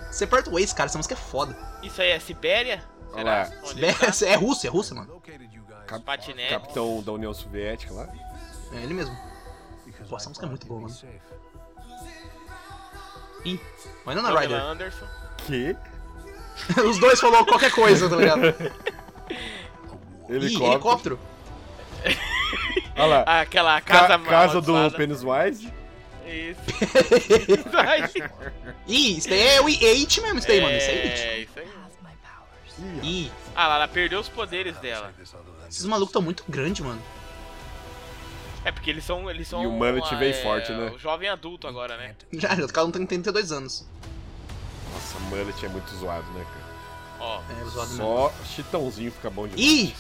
B: Separate Ways, cara, essa música é foda.
A: Isso aí é Sibéria?
C: Olha
A: Será?
C: lá.
A: Onde ele tá?
B: É russa, é russa, mano.
C: Cap-
A: Patinete.
C: Capitão da União Soviética lá.
B: É ele mesmo. Pô, essa música é muito boa, mano. Ih, Winona
A: Pamela
B: Ryder.
A: Anderson.
C: Que?
B: Os dois falou qualquer coisa, tá ligado? Ih,
C: Helicóptero.
B: helicóptero.
C: Olha lá.
A: Ah, Aquela
C: Ca-
A: casa
C: casa do
A: amaldiçoada.
C: Pennywise.
A: Isso.
B: Ih, isso daí é o It mesmo, isso daí, mano. Isso aí é
A: É,
B: It.
A: isso aí.
C: Ih,
B: Ih,
A: Ah lá, ela perdeu os poderes dela.
B: esses malucos tão muito grandes, mano.
A: É porque eles são. Eles são
C: E o Manatee
A: ah,
C: veio
A: é,
C: forte, né?
A: O jovem adulto agora, né?
B: Já, já, o cara não tem 32 anos.
C: Nossa, Mullet é muito zoado, né, cara?
A: Ó.
B: É, zoado mesmo.
C: Só Chitãozinho fica bom demais.
B: Ih!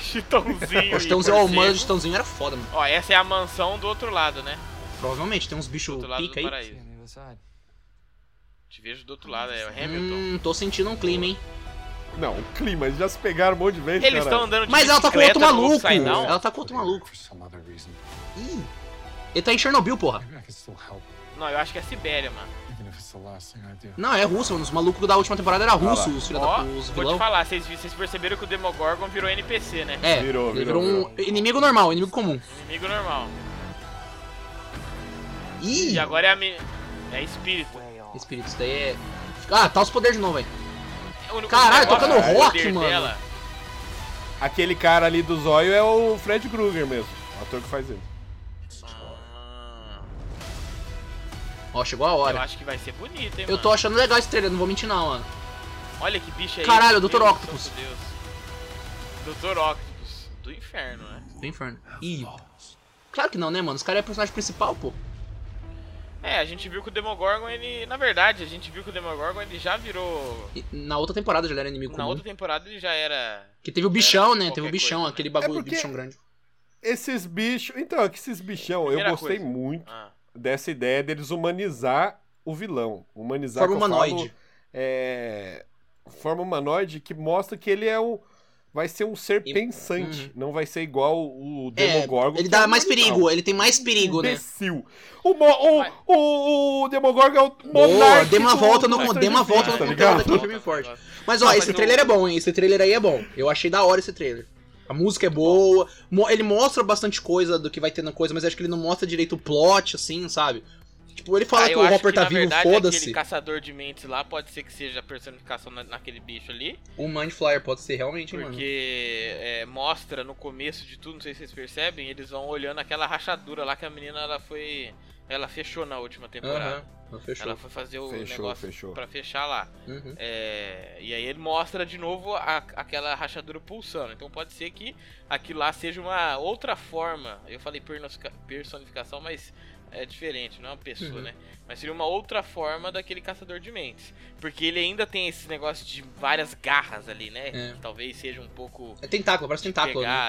A: Chitãozinho.
B: O Chitãozinho,
A: e
B: ó, o mano
A: Corcete.
B: de Chitãozinho era foda, mano.
A: Ó, essa é a mansão do outro lado, né?
B: Provavelmente, tem uns
A: Do
B: bichos
A: outro lado do
B: pica aí.
A: paraíso. Te vejo do outro lado, é o Hamilton.
B: Hum, tô sentindo um clima, hein.
C: Não, o clima, eles já se pegaram um monte de vez,
A: Eles
C: cara.
A: estão andando de
B: Mas ela tá com
A: bicicleta
B: outro
A: no
B: maluco.
A: upside down.
B: Ela tá com outro maluco. Ih, ele tá em Chernobyl, porra.
A: Não, eu acho que é Sibéria, mano.
B: Não, é russo, mano. Os malucos da última temporada era russo,
C: lá.
B: os filha da
A: Ó,
B: os
A: vou te
B: vilão.
A: falar, vocês, vi- vocês perceberam que o Demogorgon virou NPC, né?
B: É,
C: Virou,
B: ele
C: virou,
B: um inimigo normal, inimigo comum.
A: Inimigo normal.
B: Ih,
A: E agora é a mi... É espírito.
B: espírito, isso daí é... Ah, tá os poderes de novo, velho.
A: É o único
B: Caralho,
A: negócio
B: tocando
A: é o
B: rock,
A: poder
B: mano.
C: Aquele cara ali do zóio é o Fred Krueger mesmo. O ator que faz ele.
A: Ah,
B: Ó, chegou a
A: eu
B: hora.
A: acho que vai ser bonito, hein,
B: Eu
A: mano.
B: tô achando legal esse trailer, não vou mentir não, mano.
A: Olha que bicho é
B: Caralho,
A: esse,
B: Dr.
A: meu
B: Octopus.
A: santo Deus. Dr. Octopus. Do inferno, né?
B: Do inferno. Ih, claro que não, né, mano? Os caras é personagem principal, pô.
A: É, a gente viu que o Demogorgon, ele... Na verdade, a gente viu que o Demogorgon, ele já virou...
B: E na outra temporada já era inimigo
A: Na
B: comum.
A: outra temporada ele já era...
B: Que teve o bichão, né?
A: Qualquer
B: Teve o bichão,
A: coisa, né?
B: aquele bagulho,
C: É porque-
B: bichão grande.
C: Esses bichos. Então, é que esses bichão,
A: Primeira
C: eu gostei
A: coisa.
C: muito
A: Ah,
C: dessa ideia deles humanizar o vilão. Humanizar
B: Forma
C: que eu falo,
B: humanoide.
C: é, forma humanoide que mostra que ele é um. Vai ser um ser pensante. Não vai ser igual o Demogorgon.
B: Hum. Ele
C: que é
B: dá
C: um
B: mais
C: animal.
B: perigo, ele tem mais perigo, né?
C: Imbecil. O, mo- o,
A: Vai.
C: o, o Demogorgon é o
B: Boa,
C: monarca.
B: deu uma
C: do-
B: volta no,
C: do Stranger
B: deu uma
C: Things,
B: volta no
C: tá
B: conteúdo
C: ligado?
B: aqui, filme forte. Mas ó,
A: Não, mas
B: esse
A: eu-
B: trailer é bom, hein? Esse trailer aí é bom. Eu achei da hora esse trailer. A música é boa, mo- ele mostra bastante coisa do que vai ter na coisa, mas acho que ele não mostra direito o plot, assim, sabe? Tipo, ele fala
A: Ah,
B: que
A: eu
B: o
A: acho
B: Hopper tá
A: na
B: vivo,
A: verdade,
B: foda-se.
A: Aquele caçador de mentes lá pode ser que seja a personificação na- naquele bicho ali.
B: O Mindflyer pode ser realmente, hein, mano.
A: Porque é, mostra no começo de tudo, não sei se vocês percebem, eles vão olhando aquela rachadura lá que a menina ela foi. Ela fechou na última temporada.
B: Aham, não fechou.
A: Ela foi fazer o
C: Fechou,
A: negócio
C: fechou.
A: pra fechar lá.
B: Uhum.
A: É, e aí ele mostra de novo a- aquela rachadura pulsando. Então pode ser que aquilo lá seja uma outra forma. Eu falei pernosca- personificação, mas é diferente, não é uma pessoa,
B: Uhum.
A: né? Mas seria uma outra forma daquele caçador de mentes. Porque ele ainda tem esse negócio de várias garras ali, né?
B: É.
A: Que talvez seja um pouco
B: É tentáculo, parece tentáculo, né?
A: pegar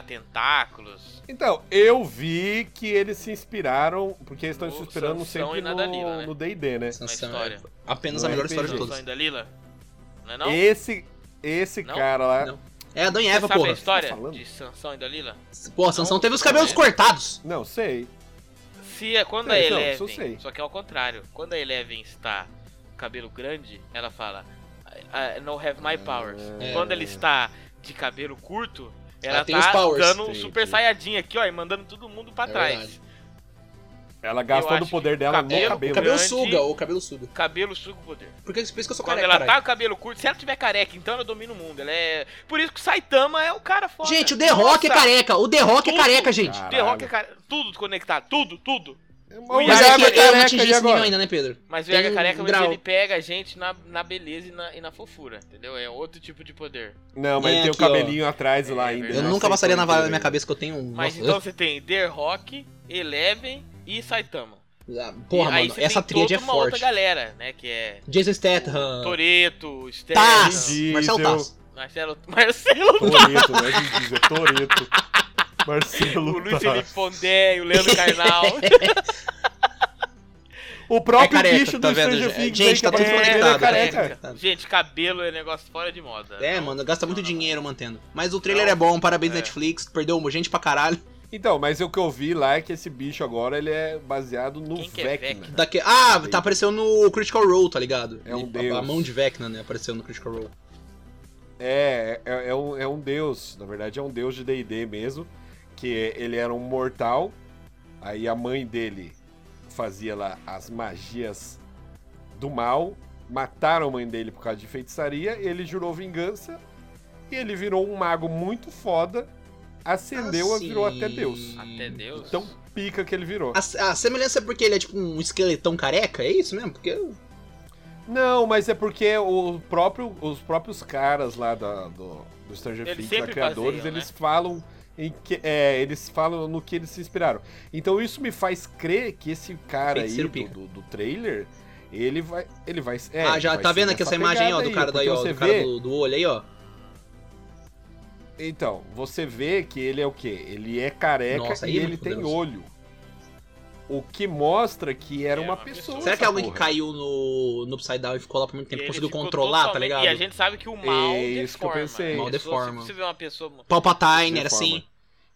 A: tentáculos.
C: Então, eu vi que eles se inspiraram, porque eles estão
A: No
C: se inspirando
A: Sansão
C: sempre
A: e na Dalila, né?
C: no no D&D, né?
B: Sansão,
A: na história.
B: é apenas
C: No
B: a melhor história de
C: RPG.
B: todas.
A: Sansão e Dalila? Não é não?
C: Esse, esse
A: Não?
C: cara lá...
B: Não. É Adão e
A: Você
B: Eva,
A: sabe a
B: porra.
A: história
C: Tá falando?
A: de Sansão e Dalila?
B: Pô, Sansão teve os
A: É.
B: cabelos cortados.
C: Não, sei.
A: Se é quando a
C: Sei, não, isso eu
A: Eleven,
C: sei.
A: só que é ao contrário, quando a Eleven está com cabelo grande, ela fala I, I no have my powers.
C: É.
A: Quando ela está de cabelo curto, ela,
B: Ela tem os
A: tá
B: powers.
A: dando um super
C: Entendi.
A: saiyajin aqui, ó, e mandando todo mundo pra
B: É
A: trás.
B: verdade.
C: Ela
A: Eu
C: gastou
A: acho
C: do poder
A: que
C: dela
A: cabelo-
C: no
B: O
C: cabelo.
B: cabelo
A: Grande.
B: suga, o cabelo suga.
A: Cabelo suga o poder.
B: Por que, por isso que eu sou
A: Quando
B: careca,
A: ela
B: caralho.
A: tá com cabelo curto, se ela tiver careca, então ela domina o mundo. Ela é. Por isso que o Saitama é o cara foda.
B: Gente, o The Rock é
A: Nossa,
B: careca. O The Rock é
A: Tudo.
B: careca, gente.
C: Cara.
A: The Rock é cara. Tudo conectado, tudo, tudo. O
B: Mas
A: Iago
B: é que
A: é
B: eu não
C: careca,
B: atingi
C: e
B: esse nível
C: agora?
B: ainda, né, Pedro?
A: Mas o
B: Tem
A: Iaga
B: um
A: Careca, mas
B: grau.
A: ele pega a gente na, na beleza e na, e na fofura, entendeu? É outro tipo de poder.
C: Não, mas
B: É,
C: ele tem o
B: aqui, ó.
C: cabelinho atrás lá
A: É,
C: ainda.
B: Eu
A: Nossa,
C: não
B: nunca
C: aceitou
B: passaria na vara da
C: entender.
B: minha cabeça que eu tenho um.
A: Mas
B: Nossa,
A: então você tem The Rock, Eleven e Saitama.
B: eu- ah, Porra,
A: e aí
B: mano,
A: você
B: essa
A: tem toda
B: tríade é
A: uma outra
B: forte.
A: galera, né? Que é
B: Jason Statham,
A: Toreto,
B: Taz,
A: Stella,
C: Entendi,
B: Marcelo
C: seu-
B: Taz.
A: Marcelo, Marcelo,
C: Toreto, né? Vin Diesel, Toreto. Marcelo
A: o Luiz
C: Taz.
A: Felipe Pondé, o Leandro Carnal.
C: O próprio
B: É careca,
C: bicho
B: tá
C: do
B: vendo,
C: Stranger
B: gente?
C: Things.
B: Gente, tá
C: aí, que
B: tudo
C: apareceu, ele é
B: conectado, tá
C: careca.
B: vendo?
A: É, Gente, cabelo é negócio fora de moda.
B: É,
A: Não-
B: mano, gasta muito
A: não, não, não.
B: dinheiro mantendo. Mas o trailer é bom, parabéns
A: É.
B: Netflix, perdeu um gente pra caralho.
C: Então, mas o que eu vi lá é que esse bicho agora ele é baseado no
A: Quem que é
C: Vecna.
A: Vecna?
B: Daqui... Ah, tá aparecendo no Critical Role, tá ligado?
C: É um
B: Ele- a-
C: deus.
B: A mão de Vecna, né, apareceu no Critical Role.
C: É, é, é um, é um deus. Na verdade, é um deus de DD mesmo. Que ele era um mortal. Aí a mãe dele fazia lá as magias do mal. Mataram a mãe dele por causa de feitiçaria. Ele jurou vingança. E ele virou um mago muito foda.
B: Ah,
C: Ascendeu e virou até deus.
A: Até Deus.
C: Então pica que ele virou.
B: A, a semelhança é porque ele é tipo um esqueletão careca, é isso mesmo? Porque
C: Não, mas é porque o próprio- os próprios caras lá da- do, do Stranger
A: Eles
C: Things, da
A: sempre né?
C: criadores,
A: baseiam,
C: eles falam em que, é, eles falam no que eles se inspiraram. Então isso me faz crer que esse cara aí
B: Feiticeiro
C: do,
B: pica.
C: do- do trailer, ele vai, ele vai. é,
B: ah, já
C: vai
B: tá
C: ser
B: vendo aqui essa imagem aí, ó,
C: pegada
B: do cara
C: porque
B: daí, ó,
C: você
B: do cara
C: vê-
B: do, do olho aí, ó.
C: Então, você vê que ele é o quê? Ele é careca
B: Nossa, aí,
C: e ele
B: meu
C: tem
B: Deus.
C: olho. O que mostra que era uma, pessoa.
B: Será que é
C: essa
B: alguém que
C: porra.
B: caiu no, no Upside Down e ficou lá por muito
A: E
B: tempo,
A: ele
B: conseguiu
A: ficou
B: controlar, tá
A: totalmente-
B: ligado?
A: E a gente sabe que o mal
C: É
A: deforma.
C: isso que eu pensei.
B: Mal
A: Mal
B: deforma.
A: Se você vê uma pessoa...
B: Palpatine era
C: Reforma.
B: assim.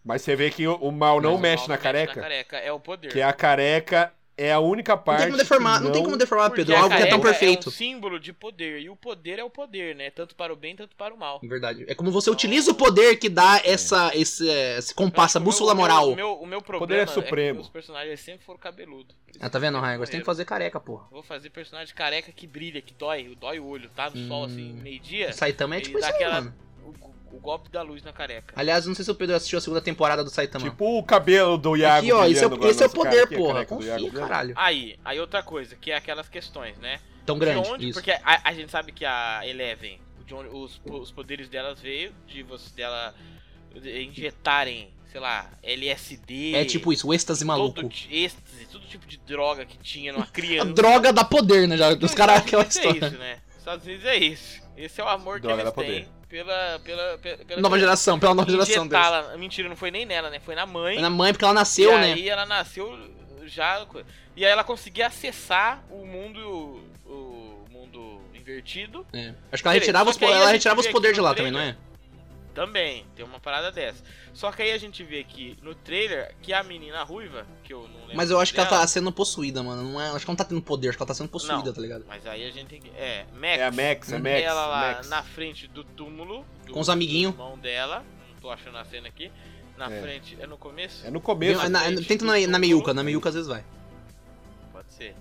C: Mas você vê que o, o mal não
A: Mas o
C: mexe
A: um mal
C: na
A: não
C: careca?
A: É o poder.
C: Que a careca é a única
B: Não
C: parte.
B: tem como deformar,
C: que
B: não... tem como deformar,
A: Porque
B: Pedro,
A: a
B: algo que é tão
A: careca É
B: perfeito.
A: um símbolo de poder. E o poder é o poder, né? Tanto para o bem, tanto para o mal.
B: Verdade. É como você utiliza o poder que dá
C: É.
B: essa, esse, esse compasso,
A: Tanto que o
B: essa
A: meu-
B: bússola
A: o meu-
B: moral.
A: O meu, o meu problema
C: Poder é
A: que
C: supremo.
A: os personagens sempre foram cabeludos.
B: Ah, tá vendo, Ryan? Agora você tem que fazer careca, porra.
A: Vou fazer personagem careca que brilha, que dói, dói o olho, tá? No sol, assim, meio-dia,
B: O Saitama é
A: E
B: tipo isso
A: dá
B: aí,
A: aquela-
B: mano.
A: o, o golpe da luz na careca.
B: Aliás, não sei se o Pedro assistiu a segunda temporada do Saitama.
C: Tipo o cabelo do Iago.
B: Aqui, ó, esse é,
C: brilhando
B: o-
C: agora
B: esse é o
C: nessa cara
B: poder,
C: aqui, a
B: porra.
C: careca do Iago
B: Confia,
C: brilhando.
B: caralho.
A: Aí, aí outra coisa, que é aquelas questões, né?
B: Tão grande,
A: de onde,
B: isso.
A: porque a, a gente sabe que a Eleven, de onde os, os poderes dela veio de você dela de- injetarem, sei lá, LSD.
B: É tipo isso, o êxtase maluco.
A: Todo, ti- êxtase, todo tipo de droga que tinha numa
B: A
A: criança.
B: droga dá poder, né? Já, os caras aquela
A: Estados Unidos
B: história.
A: É isso, né? Estados Unidos é isso. Esse é o amor
C: Droga dá
A: que eles têm pela, pela, pela, pela
B: Nova geração, pela nova geração deles.
A: Injetá-la. Mentira, não foi nem nela, né? Foi na mãe.
B: Foi na mãe, porque ela nasceu,
A: e
B: né?
A: aí ela nasceu já. E aí ela conseguia acessar o mundo. O mundo invertido
B: É. Acho que ela
A: Peraí,
B: retirava
A: só
B: os,
A: que
B: po-
A: aí a
B: ela
A: gente
B: retirava os
A: vê
B: poderes
A: aqui né?
B: de
A: no
B: lá também, não é?
A: também. Tem uma parada dessa. Só que aí a gente vê aqui no trailer que a menina ruiva, que eu não lembro.
B: Mas eu acho que ela
A: dela,
B: tá sendo possuída, mano. Não é, acho que ela não tá tendo poder, acho que ela tá sendo possuída,
A: Não.
B: tá ligado?
A: Mas aí a gente tem que. É, Max.
C: É a Max, é Max.
A: ela lá
C: Max.
A: na frente do túmulo. do-
B: Com os amiguinho.
A: Do irmão dela. Não tô achando a cena aqui. Na
C: É.
A: frente. É no começo?
C: É no começo.
B: Na- na-
A: gente,
B: tenta na,
A: eu-
B: na meiuca, na meiuca às vezes vai.
A: Pode ser.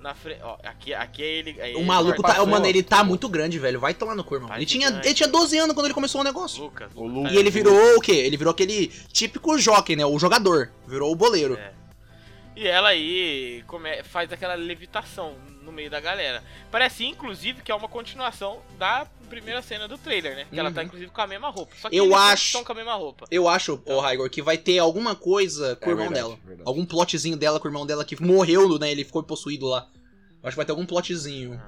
A: Na frente. Ó, aqui, aqui é ele. é
B: O
A: ele
B: maluco tá.
A: cortando.
C: passou,
B: Mano, ele tá
C: passou.
B: muito grande, velho. Vai tomar no cu, irmão.
A: Tá
B: Ele tinha,
A: gigante.
B: ele tinha 12 anos quando ele começou o negócio.
A: Lucas. tá.
C: O Lucas.
B: E ele virou o quê? Ele virou aquele típico jockey, né? O jogador. Virou o boleiro.
A: É. E ela aí come- faz aquela levitação no meio da galera. Parece, inclusive, que é uma continuação da primeira cena do trailer, né? Que ela tá,
B: Uhum.
A: inclusive, com a mesma roupa. Só que
B: Eu
A: eles sempre
B: acho-
A: estão com a mesma roupa.
B: Eu acho, ô Raigor, que vai ter alguma coisa com o
C: É
B: irmão
C: verdade,
B: dela.
C: verdade.
B: Algum plotzinho dela com o irmão dela que morreu, né? Ele ficou possuído lá. Eu acho que vai ter algum plotzinho.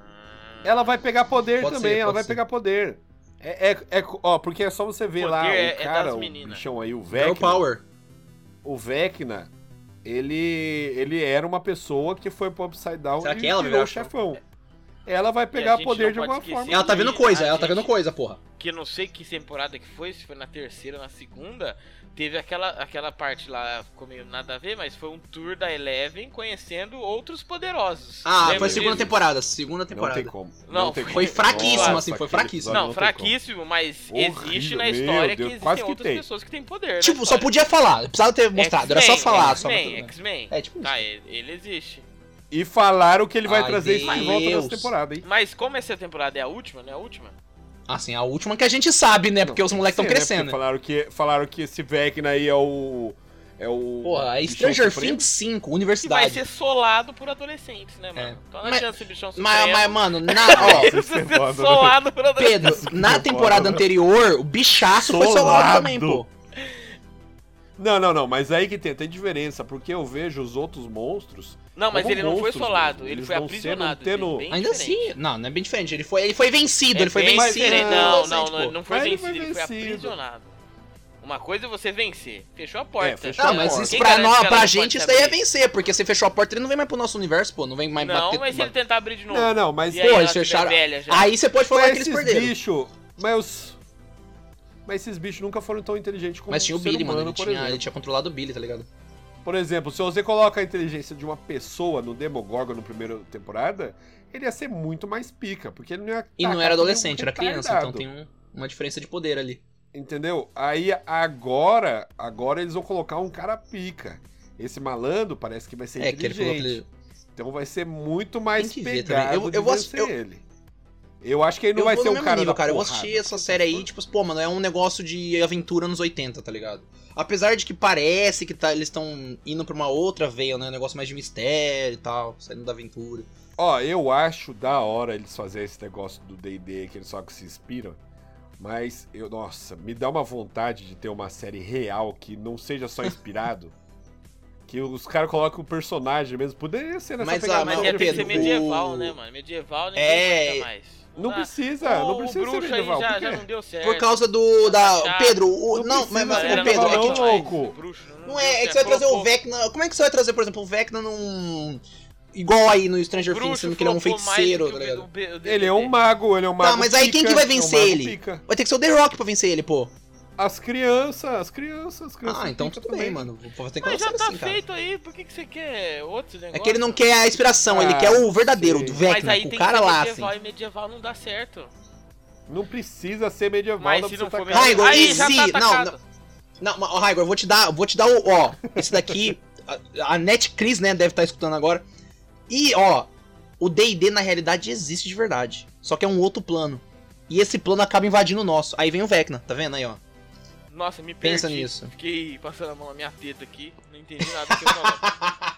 C: Ela vai pegar poder
B: Pode
C: também,
B: ser,
C: ela
B: pode
C: vai
B: ser.
C: pegar poder. É, é, é- ó, porque é só você ver
A: Poder
C: lá
A: é- é
C: o cara,
A: das
C: o
A: meninas.
C: bichão aí, o
B: Girl
C: Vecna.
B: É Power.
C: O Vecna, ele, ele era uma pessoa que foi pro Upside Down
B: Será
C: e
B: que ela
C: virou
B: virou?
C: o chefão. Ela vai pegar
A: gente
C: poder
A: não
C: de
A: pode
C: alguma
A: esquecer
C: forma.
B: Ela tá vendo coisa,
A: A
B: ela tá
A: gente-
B: vendo coisa, porra.
A: Que eu não sei que temporada que foi, se foi na terceira ou na segunda. Teve aquela, aquela parte lá, ficou meio nada a ver, mas foi um tour da Eleven conhecendo outros poderosos.
B: Ah,
A: Lembra
B: foi a
A: disso?
B: segunda temporada, segunda
C: Não tem
B: temporada.
C: como.
A: Não,
C: tem
A: foi
C: como.
B: fraquíssimo,
C: Nossa,
B: assim, foi
C: aquele
B: fraquíssimo.
C: episódio
A: Não,
C: tem como.
A: fraquíssimo, mas
C: Horrível,
A: existe na
C: meu
A: história que
C: Deus,
A: existem
C: quase que
A: outras
C: tem.
A: pessoas que têm poder. na
B: Tipo, só
A: história.
B: podia falar, precisava ter mostrado, era só
A: É X-Men,
B: falar. só
A: X-Men,
B: pra-
A: X-Men.
B: É, tipo
A: Tá, ele, ele existe.
C: E falaram que ele vai
B: Ai,
C: trazer isso de volta
B: Deus.
C: nessa temporada, hein?
A: Mas como essa temporada é a última, não é a última?
B: Assim, a última que a gente sabe, né? Porque os moleques estão
C: Sim, né?
B: crescendo.
C: Porque Falaram que, falaram que esse Vecna aí é o. É é o.
B: Porra, é
C: bichão
B: Stranger
C: supremo.
B: Things
A: E
B: 5,
A: vai
B: universidade.
A: ser solado por adolescentes, né, mano? Então não
B: É. Mas-
A: adianta esse bichão
B: Mas, mas,
A: supremo.
B: mano, na, ó,
A: Isso vai ser solado por adolescentes.
B: Pedro, na temporada anterior, o bichaço foi solado
C: Solado.
B: também, pô.
C: Não, não, não, mas aí que tem, tem diferença, porque eu vejo os outros monstros.
A: Não, mas
C: como
A: ele não foi
C: monstros
A: solado,
C: mesmo,
A: ele
C: eles
A: foi
C: vão
A: aprisionado.
C: sendo-
A: isso é
C: tendo-
A: bem
B: Ainda
A: diferente.
B: assim. Não, não é bem diferente. Ele foi, ele foi vencido,
A: É
B: ele foi
A: bem
B: vencido.
A: diferente.
B: ele foi
A: Não,
B: inocente,
A: não, não,
B: pô.
A: ele não foi
C: Mas ele
A: vencido,
C: foi
A: ele foi
C: vencido.
A: aprisionado. Uma coisa é você vencer, fechou a porta.
C: É, fechou
B: Não,
C: Então,
B: mas
C: ó,
B: isso
A: Quem
B: pra,
A: garante
B: nós,
A: que ela
B: pra
A: não
B: gente
A: pode
B: isso
A: se
B: daí é
A: abrir?
B: vencer, porque você fechou a porta, ele não vem mais pro nosso universo, pô. Não vem mais
A: Não,
B: bater.
A: mas se ele
B: bater.
A: tentar abrir de novo.
C: Não, não, mas
A: E aí
B: Pô,
A: ela
B: eles
A: tiver
B: fecharam-
A: velha já.
B: Aí você pode falar
C: mas
B: que eles
C: esses
B: perderam.
C: bichos. Mas, os- mas esses bichos nunca foram tão inteligentes como
B: Mas tinha o
C: um ser
B: Billy, mano.
C: humano,
B: Ele
C: por
B: tinha, ele
C: exemplo.
B: tinha controlado o Billy, tá ligado?
C: Por exemplo, se você coloca a inteligência de uma pessoa no Demogorgon no primeiro temporada, ele ia ser muito mais pica, porque ele não ia.
B: E não
C: tacar
B: era
C: como um
B: adolescente, era criança, então
C: retardado.
B: tem um- uma diferença de poder ali.
C: Entendeu? Aí agora, agora eles vão colocar um cara pica. Esse malandro parece que vai ser
B: É, que ele falou
C: inteligente.
B: que ele.
C: Então vai ser muito mais
B: Tem que ver
C: pegado
B: também. Eu-
C: de
B: eu vou
C: vencer
B: ass- eu-
C: ele. Eu acho que ele não
B: eu
C: vai
B: vou
C: ser
B: no
C: o
B: mesmo
C: cara
B: nível,
C: da
B: cara. Eu
C: porrada. tá assim,
B: assisti essa série aí, tipo, pô, mano, é um negócio de aventura nos 80, tá ligado? Apesar de que parece que tá, eles estão indo pra uma outra veia, né? Um negócio mais de mistério e tal, saindo da aventura.
C: Ó, eu acho da hora eles fazerem esse negócio do D&D, que eles só que se inspiram. Mas, eu, nossa, me dá uma vontade de ter uma série real que não seja só inspirado. que os caras colocam o personagem mesmo. Poderia ser nessa
B: Mas,
C: pegada
B: ah,
A: Mas
C: do
B: Não,
A: ia ter que
C: Pedro
A: ser
B: Pedro,
C: Veiga.
A: medieval,
B: o-
A: né, mano? Medieval ninguém
B: É,
A: aguenta mais.
C: Não
A: dá.
C: precisa,
A: o,
C: não precisa
A: o Ah. bruxo
C: ser medieval.
A: aí já,
C: por quê?
A: já não deu certo.
B: Por causa do. da.
A: É. Tá
B: Pedro, o. Não,
C: Não
B: mas,
C: precisa,
B: mas,
C: galera,
B: o Pedro, é
C: não,
B: que.
C: não. louco.
B: Não é, é que você vai trazer o Vecna. Como é que você vai trazer, por exemplo, o Vecna num. Igual aí no Stranger Things, sendo que ele é um feiticeiro, tá ligado?
C: Ele é um mago, ele é um mago
B: Tá, mas aí quem
C: pica,
B: que vai
C: é um
B: vencer
C: mago
B: ele?
C: pica.
B: Vai ter que ser o The Rock pra vencer ele, pô.
C: As crianças, as crianças, as crianças.
B: Ah, então
C: pica
B: tudo bem,
C: também.
B: mano. Vou ter que
A: Mas já
B: começar
A: tá
B: assim, cara.
A: feito aí, por que, que você quer outro negócio?
B: É que ele não quer a inspiração, ele
C: Ah,
B: quer o verdadeiro,
C: sim.
B: do
A: Mas
B: Vecna,
A: aí
B: com o
A: tem
B: cara
A: que ser
B: lá, assim.
A: medieval e medieval não dá certo.
C: Não precisa ser medieval,
A: Mas
C: dá
A: se
C: pra
A: não
C: você tá
A: for
C: tacar-
A: medieval.
B: Igor,
A: aí
B: e
A: já
B: se-
A: tá
B: não,
A: atacado.
B: Não, mas, ó, Raigor, eu vou te dar, vou te dar o, ó, esse daqui, a, a Net Cris, né, deve estar escutando agora. E, ó, o D&D na realidade existe de verdade, só que é um outro plano. E esse plano acaba invadindo o nosso. Aí vem o Vecna, tá vendo aí, ó?
A: Nossa, me perdi.
B: Pensa nisso.
A: Fiquei passando a mão na minha teta aqui, não entendi nada do que eu falava.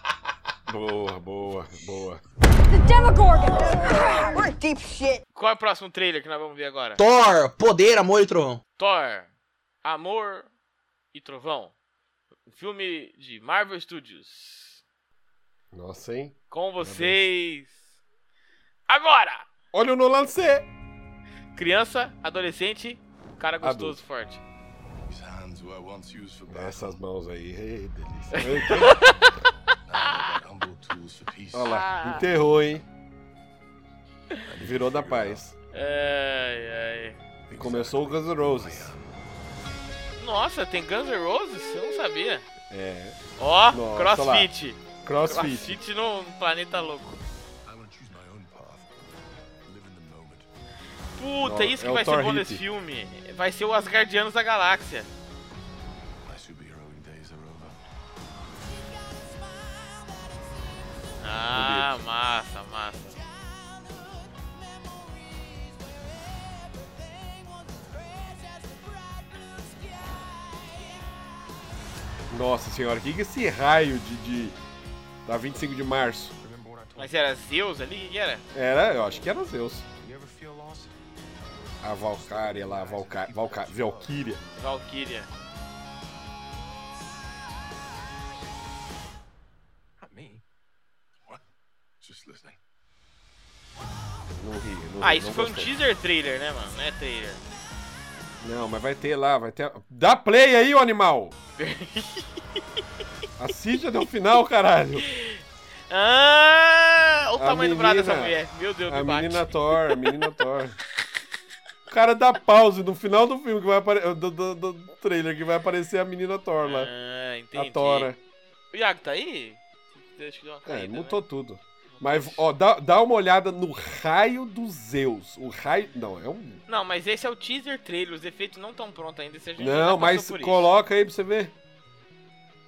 C: Boa, boa, boa.
F: The Demogorgon! Crap, we're in deep shit.
A: Qual é o próximo trailer que nós vamos ver agora?
B: Thor, poder, amor e trovão.
A: Thor, Amor e Trovão. Um filme de Marvel Studios.
C: Nossa, hein?
A: Com vocês. Agora!
C: Olha o Nolan C.
A: Criança, adolescente, cara gostoso, forte.
G: His hands were once used for battle,
C: Essas mãos aí, ei, delícia.
G: now they're humble tools for peace.
C: Olha
A: Ah.
C: lá, enterrou, hein? Ele virou da paz.
A: Ai, ai.
C: E começou o Guns N' Roses.
A: Nossa, tem Guns N' Roses? Eu não sabia.
C: É,
A: Ó,
C: Nossa,
A: crossfit.
C: crossfit.
A: Crossfit no planeta louco.
G: I want to choose my own path, live in the moment.
A: Puta,
C: Não,
A: isso que
C: é o
A: vai ser
C: Thor
A: bom nesse
C: hippie.
A: filme. Vai ser o Asgardianos da Galáxia.
G: My superheroing days are over.
A: Ah, massa, massa.
C: Nossa senhora, o que que é esse raio de, de... Da 25 de março?
G: Remember what I told
A: Mas era Zeus ali? O que que era?
C: Era, eu acho que era Zeus.
G: you? You ever feel lost?
C: A Valkyria lá, a Valca... Valca... Valkyria.
A: Valkyria.
G: Not me. What? Just listening.
C: Não ri, não ri,
A: Ah, isso
C: não
A: foi um
C: gostei.
A: teaser trailer, né, mano? Não é trailer.
C: Não, mas vai ter lá, vai ter. Dá play aí, ô animal! Assiste até o final, caralho!
A: Ah! Olha o
C: A
A: tamanho do braço
C: menina-
A: dessa mulher. Meu Deus,
C: A
A: me bate.
C: menina Thor, a menina Thor. O cara dá pause no final do filme que vai apare... do, do- do trailer que vai aparecer a menina Thor lá.
A: Ah, entendi.
C: A Tora.
A: O Iago tá aí? Deixa eu dar uma
C: É,
A: caída, né?
C: mutou tudo. Mas, ó, dá, dá uma olhada no raio do Zeus. O raio. Não, é um.
A: Não, mas esse é o teaser trailer. Os efeitos não estão prontos ainda. Esse a gente já
C: Não,
A: passou
C: mas
A: por isso.
C: coloca aí pra você ver.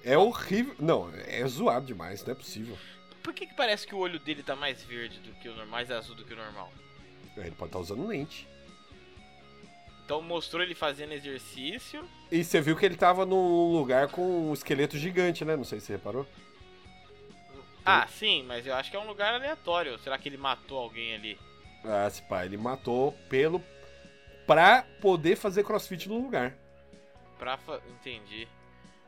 C: É horrível. Não, é zoado demais, não é possível.
A: Por que, que parece que o olho dele tá mais
C: tá
A: verde do que o normal, mais azul do que o normal?
C: Ele pode estar usando lente.
A: Então mostrou ele fazendo exercício.
C: E você viu que ele tava num lugar com um esqueleto gigante, né? Não sei se você reparou.
A: Ah, sim, mas eu acho que é um lugar aleatório. Será que ele matou alguém ali?
C: Ah, se pá, ele matou pelo. pra poder fazer crossfit no lugar.
A: Pra fa... Entendi.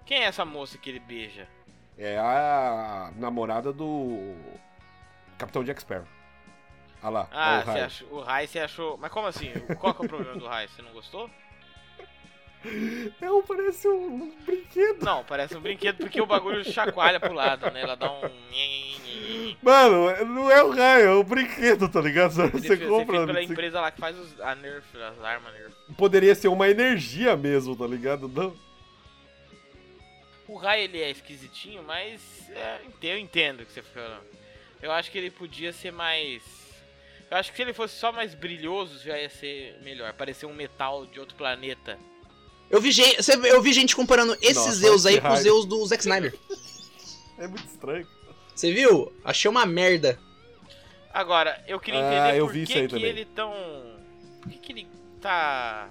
A: Quem é essa moça que ele beija?
C: É a namorada do. Capitão Jack Sparrow. Ah lá,
A: Ah,
C: olha o
A: você
C: raio.
A: achou, o Rai você achou. Mas como assim? Qual que é o problema do Rai? Você não gostou?
C: Não, parece um brinquedo.
A: Não, parece um brinquedo porque o bagulho chacoalha pro lado, né? Ela dá um.
C: Mano, não é o raio, é o brinquedo, tá ligado? Você,
A: Ele foi- foi
C: compra.
A: feito pela
C: você-
A: empresa lá que faz os, a Nerf, as armas Nerf.
C: Poderia ser uma energia mesmo, tá ligado? Não.
A: O Rai ele é esquisitinho, mas é, ente- eu entendo o que você fica falando. Eu acho que ele podia ser mais. Eu acho que se ele fosse só mais brilhoso, já ia ser melhor. Parecer um metal de outro planeta.
B: Eu vi, gente, cê- eu vi gente comparando esses
C: Nossa,
B: Zeus aí
C: que
B: com os
C: raiva.
B: Zeus do Zack Snyder.
C: É muito estranho.
B: Você viu? Achei uma merda.
A: Agora, eu queria
C: Ah,
A: entender
C: eu
A: por
C: vi isso
A: que,
C: aí
A: que
C: também.
A: ele tão. Por que, que ele tá.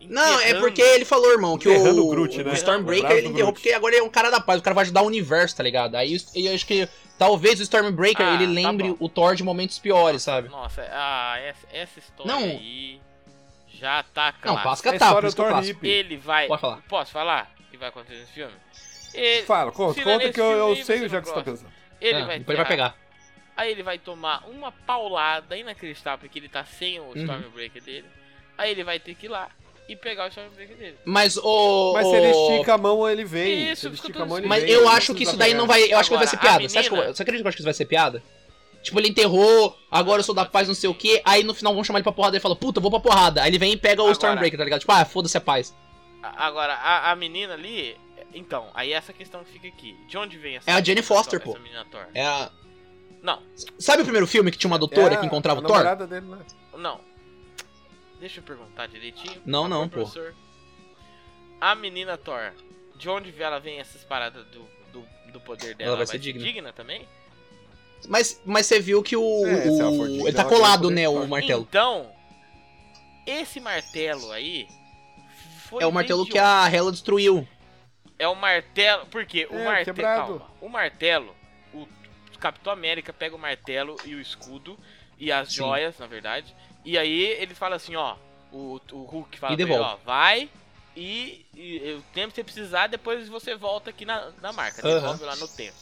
B: Não, é
A: inquietando?
B: porque ele falou, irmão, que
C: Enterrando
B: o,
C: o Groot, né?
B: o
C: O
B: Stormbreaker
C: braço
B: ele
C: do
B: enterrou
C: Groot.
B: porque agora ele é um cara da paz, o cara vai ajudar o universo, tá ligado? Aí eu- eu acho que talvez o Stormbreaker
A: Ah,
B: ele
A: tá
B: lembre
A: bom.
B: o Thor de momentos piores, sabe?
A: Nossa, ah, essa, essa história
B: Não.
A: aí. Já tá
B: Não,
A: clássica.
B: Pasca
C: É
B: tá, por
C: história do
B: isso que eu
C: Thor
B: passo.
C: Hippie.
A: Ele vai.
B: Pode falar.
A: Posso falar o que vai acontecer nesse filme? Ele,
C: Fala, conta,
A: Se não é
C: conta que
A: nesse
C: eu, eu
A: filme,
C: sei
A: você
C: já
A: não
C: que você tá
A: gosta.
C: pensando.
A: ele
B: Ah,
A: vai
B: depois ele vai
A: enterrar.
B: pegar.
A: Aí ele vai tomar uma paulada inacreditável, porque ele tá sem o
B: Uhum.
A: Stormbreaker dele. Aí ele vai ter que ir lá e pegar o Stormbreaker dele.
B: Mas o.
C: Mas se ele estica a mão, ele vem.
A: Isso,
C: se ele
A: isso que eu
C: estica
A: tô
C: a mão, ele
A: dizendo.
B: Mas
C: vem.
B: eu
C: Não tá
B: acho que
C: precisa
B: isso daí
C: pegar.
B: não vai. Eu acho
A: Agora,
B: que vai ser
A: a
B: piada. Você, acha que eu,
A: menina-
B: você acredita que eu acho que isso vai ser piada? Tipo, ele enterrou, agora eu sou da paz, não sei o que, aí no final vão chamar ele pra porrada, ele fala, puta, eu vou pra porrada. Aí ele vem e pega o
A: Agora-
B: Stormbreaker, tá ligado? Tipo, ah, foda-se a paz.
A: A- Agora, a, a menina ali. Então, aí essa questão que fica aqui. De onde vem essa
B: É a Jane Foster,
A: essa,
B: pô.
A: Essa menina Thor.
B: É a-
A: Não,
B: Sabe o primeiro filme que tinha uma doutora que encontrava o
C: É, a
B: Thor?
C: namorada dele, né?
A: não. Deixa eu perguntar direitinho.
B: Não,
A: Por
B: não,
A: favor,
B: pô.
A: professor. A menina Thor. De onde ela vem essas paradas do, do, do poder dela? É
B: Ela vai ser digna.
A: digna também?
B: Mas, mas você viu que o.
C: É, se ela
B: o-
C: for digna,
B: ele tá
C: ela tem
B: colado,
C: poder de
B: né, o
C: Thor.
B: martelo.
A: Então, esse martelo aí. foi
B: É o martelo
A: bem
B: que a Hela destruiu.
A: É o martelo. Porque o
C: É,
A: martelo.
C: quebrado.
A: O martelo. O Capitão América pega o martelo e o escudo. E as
B: Sim.
A: joias, na verdade. E aí ele fala assim, ó. O, o Hulk fala
B: E
A: pra ele, ó,
B: devolve.
A: vai. E, e o tempo que você precisar, depois você volta aqui na, na marca.
B: Aham.
A: Devolve lá no tempo.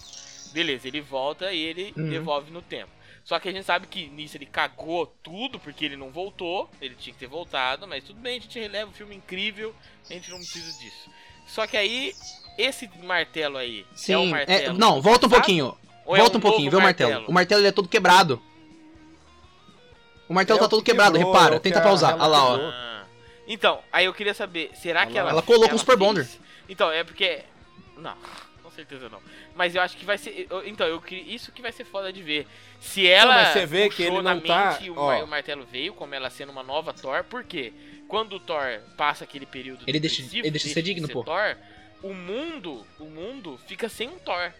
A: Beleza, ele volta e ele
B: Uhum.
A: devolve no tempo. Só que a gente sabe que nisso ele cagou tudo, porque ele não voltou. Ele tinha que ter voltado, mas tudo bem, a gente releva o filme é incrível. A gente não precisa disso. Só que aí, esse martelo aí
B: Sim.
A: é o
B: é-
A: martelo.
B: não, volta um
A: Sabe?
B: pouquinho.
A: Ou é
B: volta um pouquinho, vê
A: novo
B: o martelo. O martelo ele é todo quebrado. O martelo
C: É
B: tá
C: o
B: todo
C: que
B: quebrado,
C: quebrou,
B: repara.
C: é o que
B: Tenta
C: a
B: pausar.
C: Hela
B: Olha lá, ó.
C: quebrou.
A: Ah, Então, aí eu queria saber, será que ela.
B: Ela colou com
A: ela
B: Super
A: fez?
B: Bonder.
A: Então, é porque. Não, com certeza não. Mas eu acho que vai ser. eu- Então, eu, que- isso que vai ser foda de ver. Se ela.
C: mas você vê que
A: puxou
C: ele
A: na
C: não tá,
A: mente e o,
C: ó.
A: mar- o martelo veio, como ela sendo uma nova Thor, por quê? Quando o Thor passa aquele período.
B: Ele deixa-
A: depressivo,
B: ele deixa de ser digno, pô.
A: Thor, o mundo. O mundo fica sem um Thor.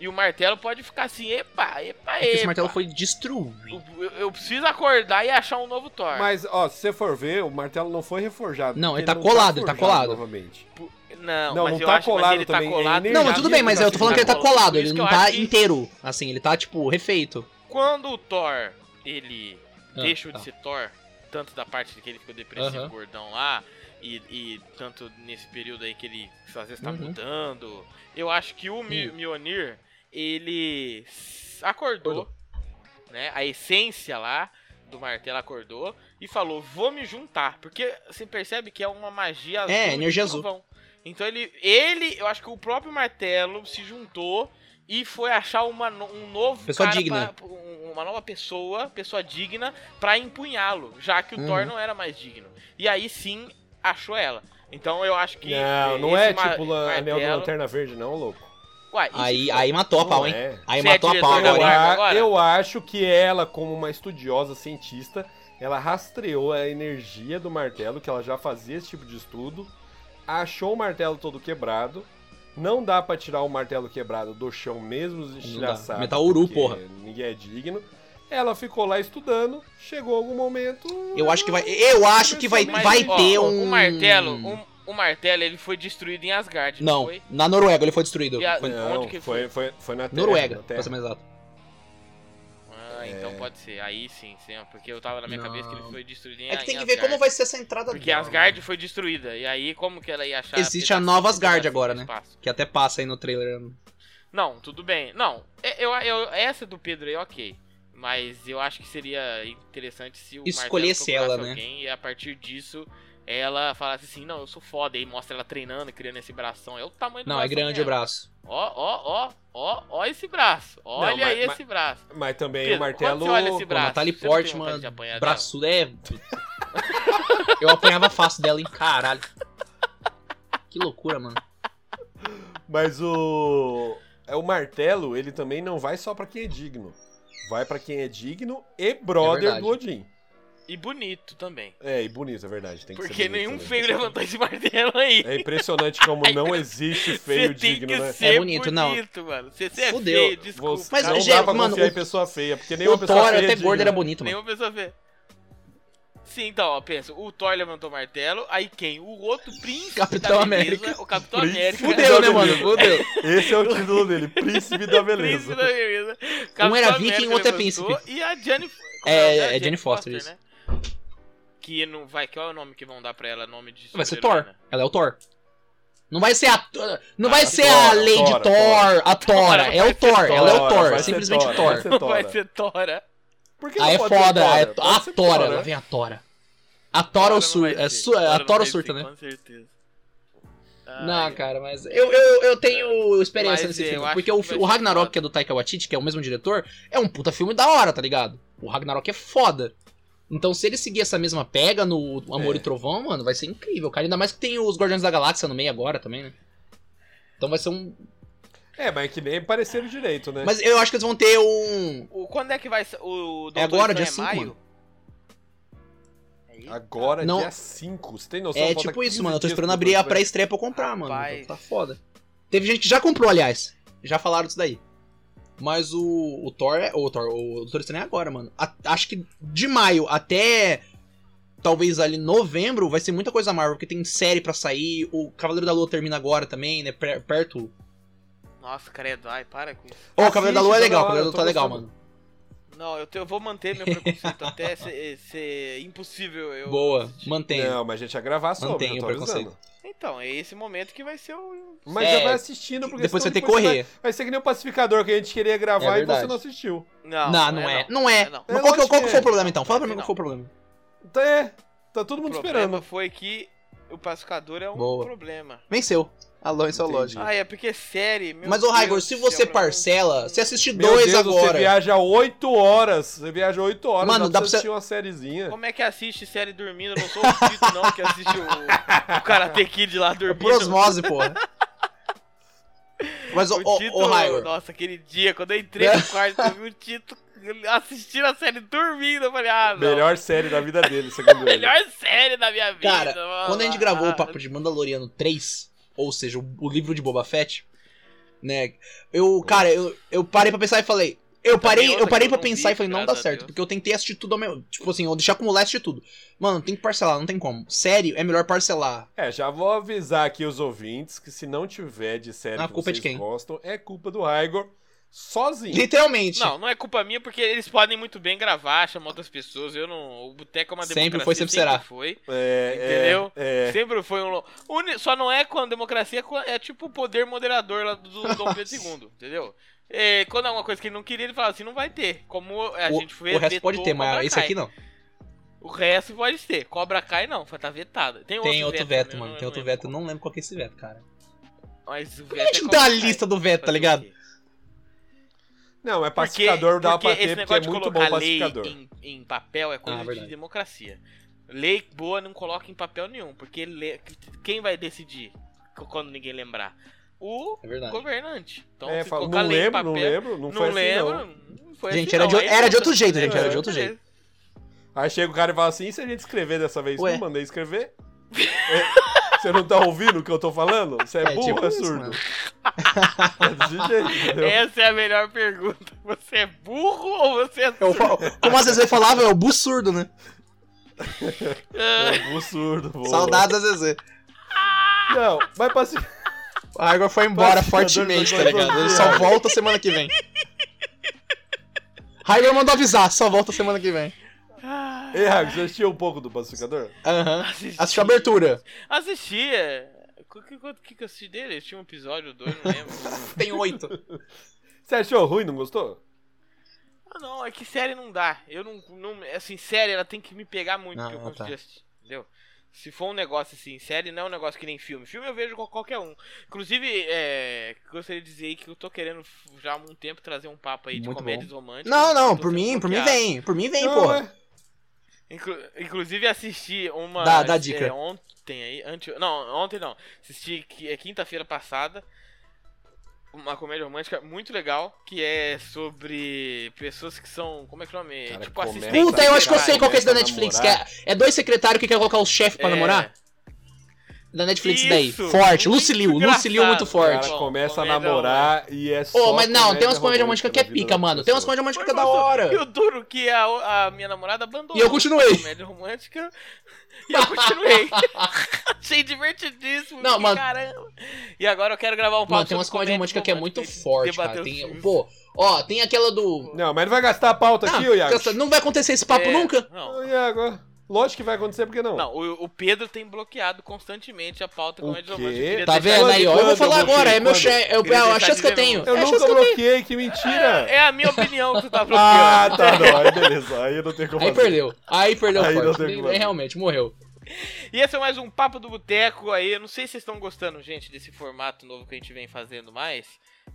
A: E o martelo pode ficar assim, epa, epa,
B: É que
A: epa.
B: esse martelo foi destruído.
A: Eu, eu- eu preciso acordar e achar um novo Thor.
C: Mas, ó, se você for ver, o martelo não foi reforjado.
B: Não,
C: porque
B: ele tá colado, ele tá
C: forjado
B: colado.
C: Novamente.
A: Pu- Não,
C: Não,
A: mas
C: não
A: eu
C: tá
A: acho, mas
C: colado
A: ele
C: também,
A: tá
C: é
A: colado.
C: energia.
B: Não, mas tudo bem, mas eu tô falando que ele tá colado,
A: Por isso
B: ele
A: que
B: não
A: eu
B: tá
A: acho que-
B: inteiro. Assim, ele tá, tipo, refeito.
A: Quando o Thor, ele
B: Ah,
A: deixa de
B: tá.
A: ser Thor, tanto da parte que ele ficou depressivo,
B: Aham.
A: gordão lá, e, e tanto nesse período aí que ele às vezes tá
B: Uhum.
A: mudando, eu acho que o Mi- Mjolnir, ele s- acordou, né? A essência lá do martelo acordou e falou, vou me juntar. Porque você percebe que é uma magia azul.
B: É,
A: de
B: energia azul.
A: trovão. Então ele, ele, eu acho que o próprio martelo se juntou e foi achar uma, no- um novo
B: Pessoa
A: cara
B: digna.
A: pra- um- uma nova pessoa, pessoa digna pra empunhá-lo, já que o
B: Uhum.
A: Thor não era mais digno. E aí sim achou ela. Então eu acho que
C: Não,
A: eh,
C: não é
A: esse ma-
C: tipo lan- anel da
A: martelo-
C: lanterna verde, não, louco.
A: Uai, isso-
B: Aí, aí matou a
C: Não
B: pau, hein?
C: é.
B: Aí
A: Você é
B: matou a pau
A: diretor da
B: agora, hein?
A: Warner?
C: Ah,
A: agora?
C: Eu acho que ela, como uma estudiosa cientista, ela rastreou a energia do martelo, que ela já fazia esse tipo de estudo, achou o martelo todo quebrado. Não dá pra tirar o martelo quebrado do chão mesmo
B: Não dá.
C: estilhaçado.
B: Metauru,
C: porque
B: porra.
C: Ninguém é digno. Ela ficou lá estudando, chegou algum momento.
B: Eu acho que vai. Eu acho que vai,
A: Mas,
B: vai
A: ó,
B: ter um.
A: O martelo, um- o martelo, ele foi destruído em Asgard, não,
B: Não,
A: foi?
B: na Noruega ele foi destruído.
A: E a-
B: Foi-
C: Não,
A: Onde que
C: foi, foi, foi na Terra.
B: Noruega,
C: na
B: pra
C: terra.
B: ser mais exato.
A: Ah,
C: É.
A: então pode ser. Aí sim, sim, ó, porque eu tava na minha cabeça que ele
B: Não.
A: foi destruído em
B: É que tem
A: em
B: que ver
A: Asgard.
B: como vai ser essa entrada né?
A: Porque Asgard foi destruída. E aí, como que ela ia achar.
B: Existe a
A: pedacinho-
B: nova Asgard
A: pedacinho
B: agora,
A: do
B: né?
A: espaço?
B: Que até passa aí no trailer. né?
A: Não, tudo bem. Não, é- eu, eu- essa do Pedro aí, ok. Mas eu acho que seria interessante se o
B: Escolhesse
A: Martelo procurasse
B: ela, né?
A: alguém e a partir disso ela falasse assim: não, eu sou foda. E mostra ela treinando, e criando esse bração. É o tamanho do
B: Não, é
A: bração
B: grande o
A: dela.
B: braço.
A: Ó, ó, ó, ó, ó esse braço. Olha
C: mas-
A: esse
C: mas-
A: braço.
C: Mas também
A: Pedro,
C: o martelo.
A: quando você olha esse
B: Pô,
A: braço,
B: Natalie
A: você não tem vontade
B: Portman,
A: de apanhar dela?
B: braçuda é. Eu apanhava fácil dela, hein? Caralho. Que loucura, mano.
C: Mas o. É o martelo, ele também não vai só pra quem é digno. Vai pra quem é digno e brother
B: É verdade.
C: do Odin.
A: E bonito também.
C: É, e bonito, é verdade. Tem que
A: Porque
C: ser bonito
A: nenhum
B: né?
C: também.
A: feio levantou esse martelo aí.
C: É impressionante como não existe feio
A: Você tem
C: digno,
A: que
C: né?
A: ser
B: É
A: bonito,
B: bonito, não.
A: mano. Se você é
B: Fudeu.
A: feio, desculpa.
C: Você
B: Mas,
C: não dá
B: gente,
C: pra
B: mano,
C: confiar
B: o-
C: em pessoa feia, porque nenhuma
B: O
C: pessoa
B: Thor
C: feia é
B: até
C: digna.
B: gordo era bonito, mano.
A: Nenhuma pessoa vê. Sim, então, ó, pensa. O Thor levantou o martelo, aí quem? O outro príncipe
B: Capitão
A: da beleza,
B: América.
A: o Capitão
C: Príncipe
A: América.
B: Fudeu, né,
C: Não,
B: mano?
C: beleza.
B: Fudeu.
C: Esse é o título dele, Príncipe
A: Príncipe
C: da Beleza.
A: da beleza. Capitão
B: Um era viking,
A: América
B: o outro é
A: levantou,
B: príncipe.
A: E a Jane... como
B: É,
A: o nome
B: é
A: dela?
B: Jane Foster, isso.
A: né? Que não vai... Qual é o nome que vão dar pra ela? Nome de né?
B: Vai ser
A: super-heroína.
C: né?
B: Thor. Ela é o Thor. Não vai ser a. Não vai
C: Ah,
B: ser
C: Thora,
B: a Lady Thor,
C: Thora, Thora.
B: a Tora. É o Thor. Ela é o
C: Thora, vai
B: Thor.
C: ser
B: Simplesmente
C: Thora,
B: Thor.
C: vai ser
A: Não
C: Tora.
A: Vai ser Tora.
C: Por que não
B: Aí é
C: pode ser
B: foda.
C: Thora?
B: é
C: Pode
B: a
C: ser né?
B: Tora. Lá vem a Tora. A Tora
A: não
B: ou sur...
A: vai
B: é
A: ser.
B: su- é A
A: não
B: Tora
A: vai
B: surta,
A: ser,
B: né?
A: Com certeza. Ai,
B: Não, cara, mas. Eu, eu, eu tenho experiência
A: Mas,
B: nesse
A: é, eu
B: filme.
A: acho
B: Porque
A: que
B: o,
A: vai
B: fi- o
A: ser
B: Ragnarok,
A: foda.
B: que é do Taika Waititi, que é o mesmo diretor, é um puta filme da hora, tá ligado? O Ragnarok é foda. Então, se ele seguir essa mesma pega no Amor
C: É.
B: e Trovão, mano, vai ser incrível, cara. Ainda mais que tem os Guardiões da Galáxia no meio agora também, né? Então vai ser um.
C: É, mas é que nem pareceram direito,
A: É.
C: né?
B: Mas eu acho que eles vão ter um.
A: O, quando é que vai sa- o Doutor
B: É agora,
A: Estranho
B: dia cinco,
A: maio?
C: Agora,
B: Não.
C: dia 5, você tem noção?
B: É
C: Falta
B: tipo
C: 15
B: isso, mano. Eu tô
C: dias
B: esperando
C: pro
B: abrir a
C: Doutor Estranho.
B: pré-estreia pra eu comprar, mano.
A: Rapaz.
B: Então tá foda. Teve gente que já comprou, aliás. Já falaram disso daí. Mas o, o Thor é. O Thor, o Doutor Estranho é agora, mano. A- acho que de maio até. Talvez ali novembro vai ser muita coisa Marvel, porque tem série pra sair. O Cavaleiro da Lua termina agora também, né? per- perto.
A: Nossa, credo, ai, para com isso.
B: Ô, o
C: Assiste,
B: Cavaleiro da Lua é
C: tá
B: legal, o
C: na hora,
B: Cavaleiro da
C: eu tô
B: Lua é legal,
C: gostando.
B: mano.
A: Não, eu, te- eu vou manter meu preconceito até ser, ser impossível eu.
B: Boa,
A: assistir.
B: mantenha.
C: Não, mas a gente ia gravar sobre,
B: Mantém
C: eu tô
B: o preconceito.
C: avisando.
A: Então, é esse momento que vai ser o.
C: Mas
B: É,
C: já vai assistindo, porque
B: Depois você vai ter
C: senão
B: que correr.
C: Vai, vai ser que nem o pacificador que a gente queria gravar
B: É
C: e você
B: verdade.
C: não assistiu.
A: Não,
B: Não, não é. Não é.
A: não.
B: Mas qual que,
C: lógico
B: qual que
C: que
B: foi
C: é.
B: o problema então? Fala pra mim
A: Não.
B: qual foi o problema.
C: Tá, é, tá todo
A: O
C: mundo
A: problema
C: esperando.
A: foi que o pacificador é um
B: Boa.
A: problema.
B: Venceu. Alonso é o
C: Entendi.
B: lógico.
A: Ah, é porque série. Meu
B: Mas, ô
A: Deus
B: Raigor,
A: do
B: se
A: céu,
B: você
A: pra mim-
B: parcela, se assiste
C: Meu
B: dois
C: Deus, Você
B: agora.
C: viaja 8 horas. Você viaja 8 horas.
B: Mano, dá pra você-
C: assistir uma sériezinha.
A: Como é que assiste série dormindo? Eu não sou o Tito, não, que assiste o, o Karate Kid lá
B: É por
A: dormindo.
B: osmose, porra. Mas, ô,
A: o
B: ô,
A: Tito,
B: ô Raigor.
A: nossa, aquele dia, quando eu entrei no quarto, eu vi o Tito assistindo a série dormindo, eu falei, ah, não.
C: Melhor série da vida dele, segundo ele.
A: Melhor série da minha vida.
B: Cara,
A: mano.
B: Quando a gente gravou
A: Ah,
B: o papo de Mandaloriano 3, ou seja, o, o livro de Boba Fett, né? Eu, cara, eu, eu parei pra pensar e falei. Eu parei, eu
A: outra
B: parei
A: que eu
B: pra
A: não
B: pensar
A: vi,
B: e falei, não dá
A: graças a
B: certo,
A: Deus.
B: porque eu tentei assistir tudo ao mesmo. Tipo assim, eu deixei acumular e assistir tudo. Mano, tem que parcelar, não tem como. Sério, é melhor parcelar.
C: É, já vou avisar aqui os ouvintes que se não tiver de série
B: A
C: que
B: culpa é
C: vocês
B: de quem?
C: gostam, é culpa do Raigor sozinho.
B: Literalmente.
A: Não, não é culpa minha, porque eles podem muito bem gravar, chamar outras pessoas. Eu não. O Boteco é uma
B: Sempre
A: democracia.
B: foi, sempre será.
A: foi.
C: É, é,
A: Entendeu?
C: É,
A: Sempre foi um. lo- Uni- Só não é quando a democracia é co- é tipo o poder moderador lá do Dom Pedro II, entendeu? É, quando é uma coisa que ele não queria, ele fala assim: não vai ter. Como a
B: o,
A: gente foi
B: o resto pode ter, mas esse aqui não.
A: O resto pode ter. Cobra cai não, foi tá vetada. Tem,
B: Tem outro veto,
A: também, eu
B: mano.
A: não
B: Tem outro
A: lembro
B: veto. Eu não lembro qual que é esse veto, cara.
A: qual. Mas o
B: Por que
A: veto
B: a
A: é
B: gente não tem uma
A: Cobra Kai?
B: lista do veto, tá
A: Fazer o
B: ligado?
A: quê?
C: Não, é pacificador dá pra
A: esse
C: ter porque é
A: negócio de
C: muito bom
A: colocar lei
C: pacificador.
A: em, em papel é coisa
B: Ah,
A: de
B: verdade.
A: democracia. Lei boa não coloca em papel nenhum, porque le- quem vai decidir c- quando ninguém lembrar? O
B: É verdade.
A: governante. Então,
C: É,
A: se
C: fala,
A: colocar
C: não
A: lei em
C: lembro,
A: papel,
C: não lembro, não, foi assim não.
A: lembro, não foi assim é.
B: Gente, era de-
A: não. Aí
B: era de outro
A: muda.
B: jeito, gente,
C: era de
B: outro jeito.
C: Aí chega o cara e fala assim, e se a gente escrever dessa vez?
B: Ué.
C: Não mandei escrever? É, você não tá ouvindo o que eu tô falando? Você é, burro ou é
B: tipo isso,
C: surdo?
B: mano.
C: É desse jeito, entendeu?
A: Essa é a melhor pergunta. Você é burro ou você é.
B: É o fa- como a Zezé falava, é o bussurdo, né?
A: Ah,
C: É um surdo, boa.
B: Saudades da Zezé.
C: Não, mas pra se...
B: A água foi embora
C: Mas-
B: fortemente, tá ligado? Ele só volta semana que vem. Raigar mandou avisar, só volta semana que vem.
C: Ei, Rago, você assistiu um pouco do Pacificador?
B: Aham.
A: Ah, Assisti.
B: Assistiu a abertura.
A: Assistia. O que, que, que eu assisti dele? Tinha um episódio ou dois, não lembro.
B: Tem oito.
C: Você achou ruim, não gostou?
A: ah, não, é que série não dá. Eu não. não assim, série ela tem que me pegar muito
B: Ah,
A: pra eu
B: tá.
A: conseguir assistir. Entendeu? Se for um negócio assim, série não é um negócio que nem filme. Filme eu vejo com qualquer um. Inclusive, é, gostaria de dizer aí que eu tô querendo f- já há um tempo trazer um papo aí de
B: Muito
A: comédias românticas.
B: Não, não,
A: Tô
B: por
A: sendo
B: mim, por mim
A: bloqueado.
B: vem. Por mim vem,
C: Não,
B: pô.
C: é.
A: Inclu- inclusive assisti uma.
B: Dá- dá dica.
A: é, ontem aí. Ante, não, ontem não. Assisti qui- é, quinta-feira passada. Uma comédia romântica muito legal. Que é sobre pessoas que são. Como é que é o nome?
C: Cara,
A: tipo
C: começa-
A: assistentes.
B: Puta, eu acho que eu sei qual que é esse da
C: Começa a
B: Netflix. Que é,
C: namorar.
B: é dois secretários que quer colocar o chefe pra
A: É.
B: namorar. Da Netflix daí.
A: Isso,
B: Forte.
A: muito
B: Lucy Liu. Lucy Liu é
A: engraçado,
B: muito
C: O
B: forte.
C: cara
A: Bom,
C: começa a
A: comédia um
C: namorar e é só.
B: Ô, mas não, tem umas
C: comédia
B: comédias românticas que é
C: na vida
B: pica,
C: das
B: mano. Tem umas
C: pessoas.
B: comédias românticas que é da
A: gostoso.
B: hora.
A: E o duro que a, a minha namorada abandonou.
B: E eu continuei.
A: a Comédia romântica. E eu continuei. Achei divertidíssimo.
B: Não,
A: que
B: mano.
A: Caramba. E agora eu quero gravar um papo
B: Mano, tem umas
A: sobre
B: comédias românticas que é muito forte, cara.
A: debater os
B: Tem,
A: filmes.
B: pô, ó, tem aquela do.
C: Não, mas não vai gastar a pauta aqui, ô
B: Ah,
C: Iago.
B: cansa- não vai acontecer esse papo
A: É,
B: nunca?
A: Não,
C: Ô, Iago, lógico que vai acontecer, porque não?
A: Não, o, o Pedro tem bloqueado constantemente a pauta
C: O
A: comédia
C: quê?
A: romântica. Eu queria
B: Tá
A: deixar-
B: vendo aí, ó? Eu vou
C: Quando
B: falar
C: eu vou
B: agora,
C: ver?
B: é meu
C: Quando?
B: chefe. É
A: Queria
B: a
A: deixar
B: chance que eu
A: de
B: tenho.
A: ver,
B: É
C: Eu
B: a chance
C: nunca
B: que eu tenho.
C: bloqueei, que mentira!
A: É a minha opinião que tu tá
C: Ah,
A: bloqueando.
C: tá, não, aí beleza, aí não tem como
B: Aí
C: fazer.
B: perdeu. Aí perdeu
C: Aí não
B: forte.
C: tem o que
B: Nem-
C: fazer.
B: realmente, morreu.
A: E esse é mais um Papo do Boteco aí. Eu não sei se vocês estão gostando, gente, desse formato novo que a gente vem fazendo mais.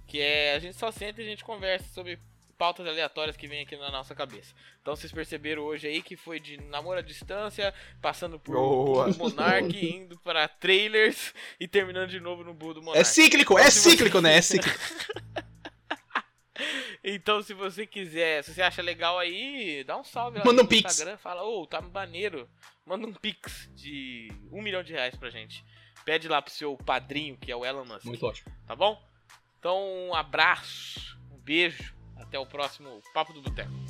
A: Que é a gente só senta e a gente conversa sobre pautas aleatórias que vem aqui na nossa cabeça. Então vocês perceberam hoje aí que foi de namoro à distância, passando por
C: Boa.
A: Monark, indo pra trailers e terminando de novo no Boo do Monark.
B: É cíclico, é cíclico, né? É cíclico.
A: Então, se você quiser, se você acha legal aí, dá um salve lá
B: Manda
A: no
B: um pix.
A: Instagram. Fala, ô, tá maneiro. Manda um pix de um milhão de reais pra gente. Pede lá pro seu padrinho, que é o Elon Musk.
B: Muito ótimo.
A: Tá bom? Então, um abraço, um beijo. Até o próximo Papo do Boteco.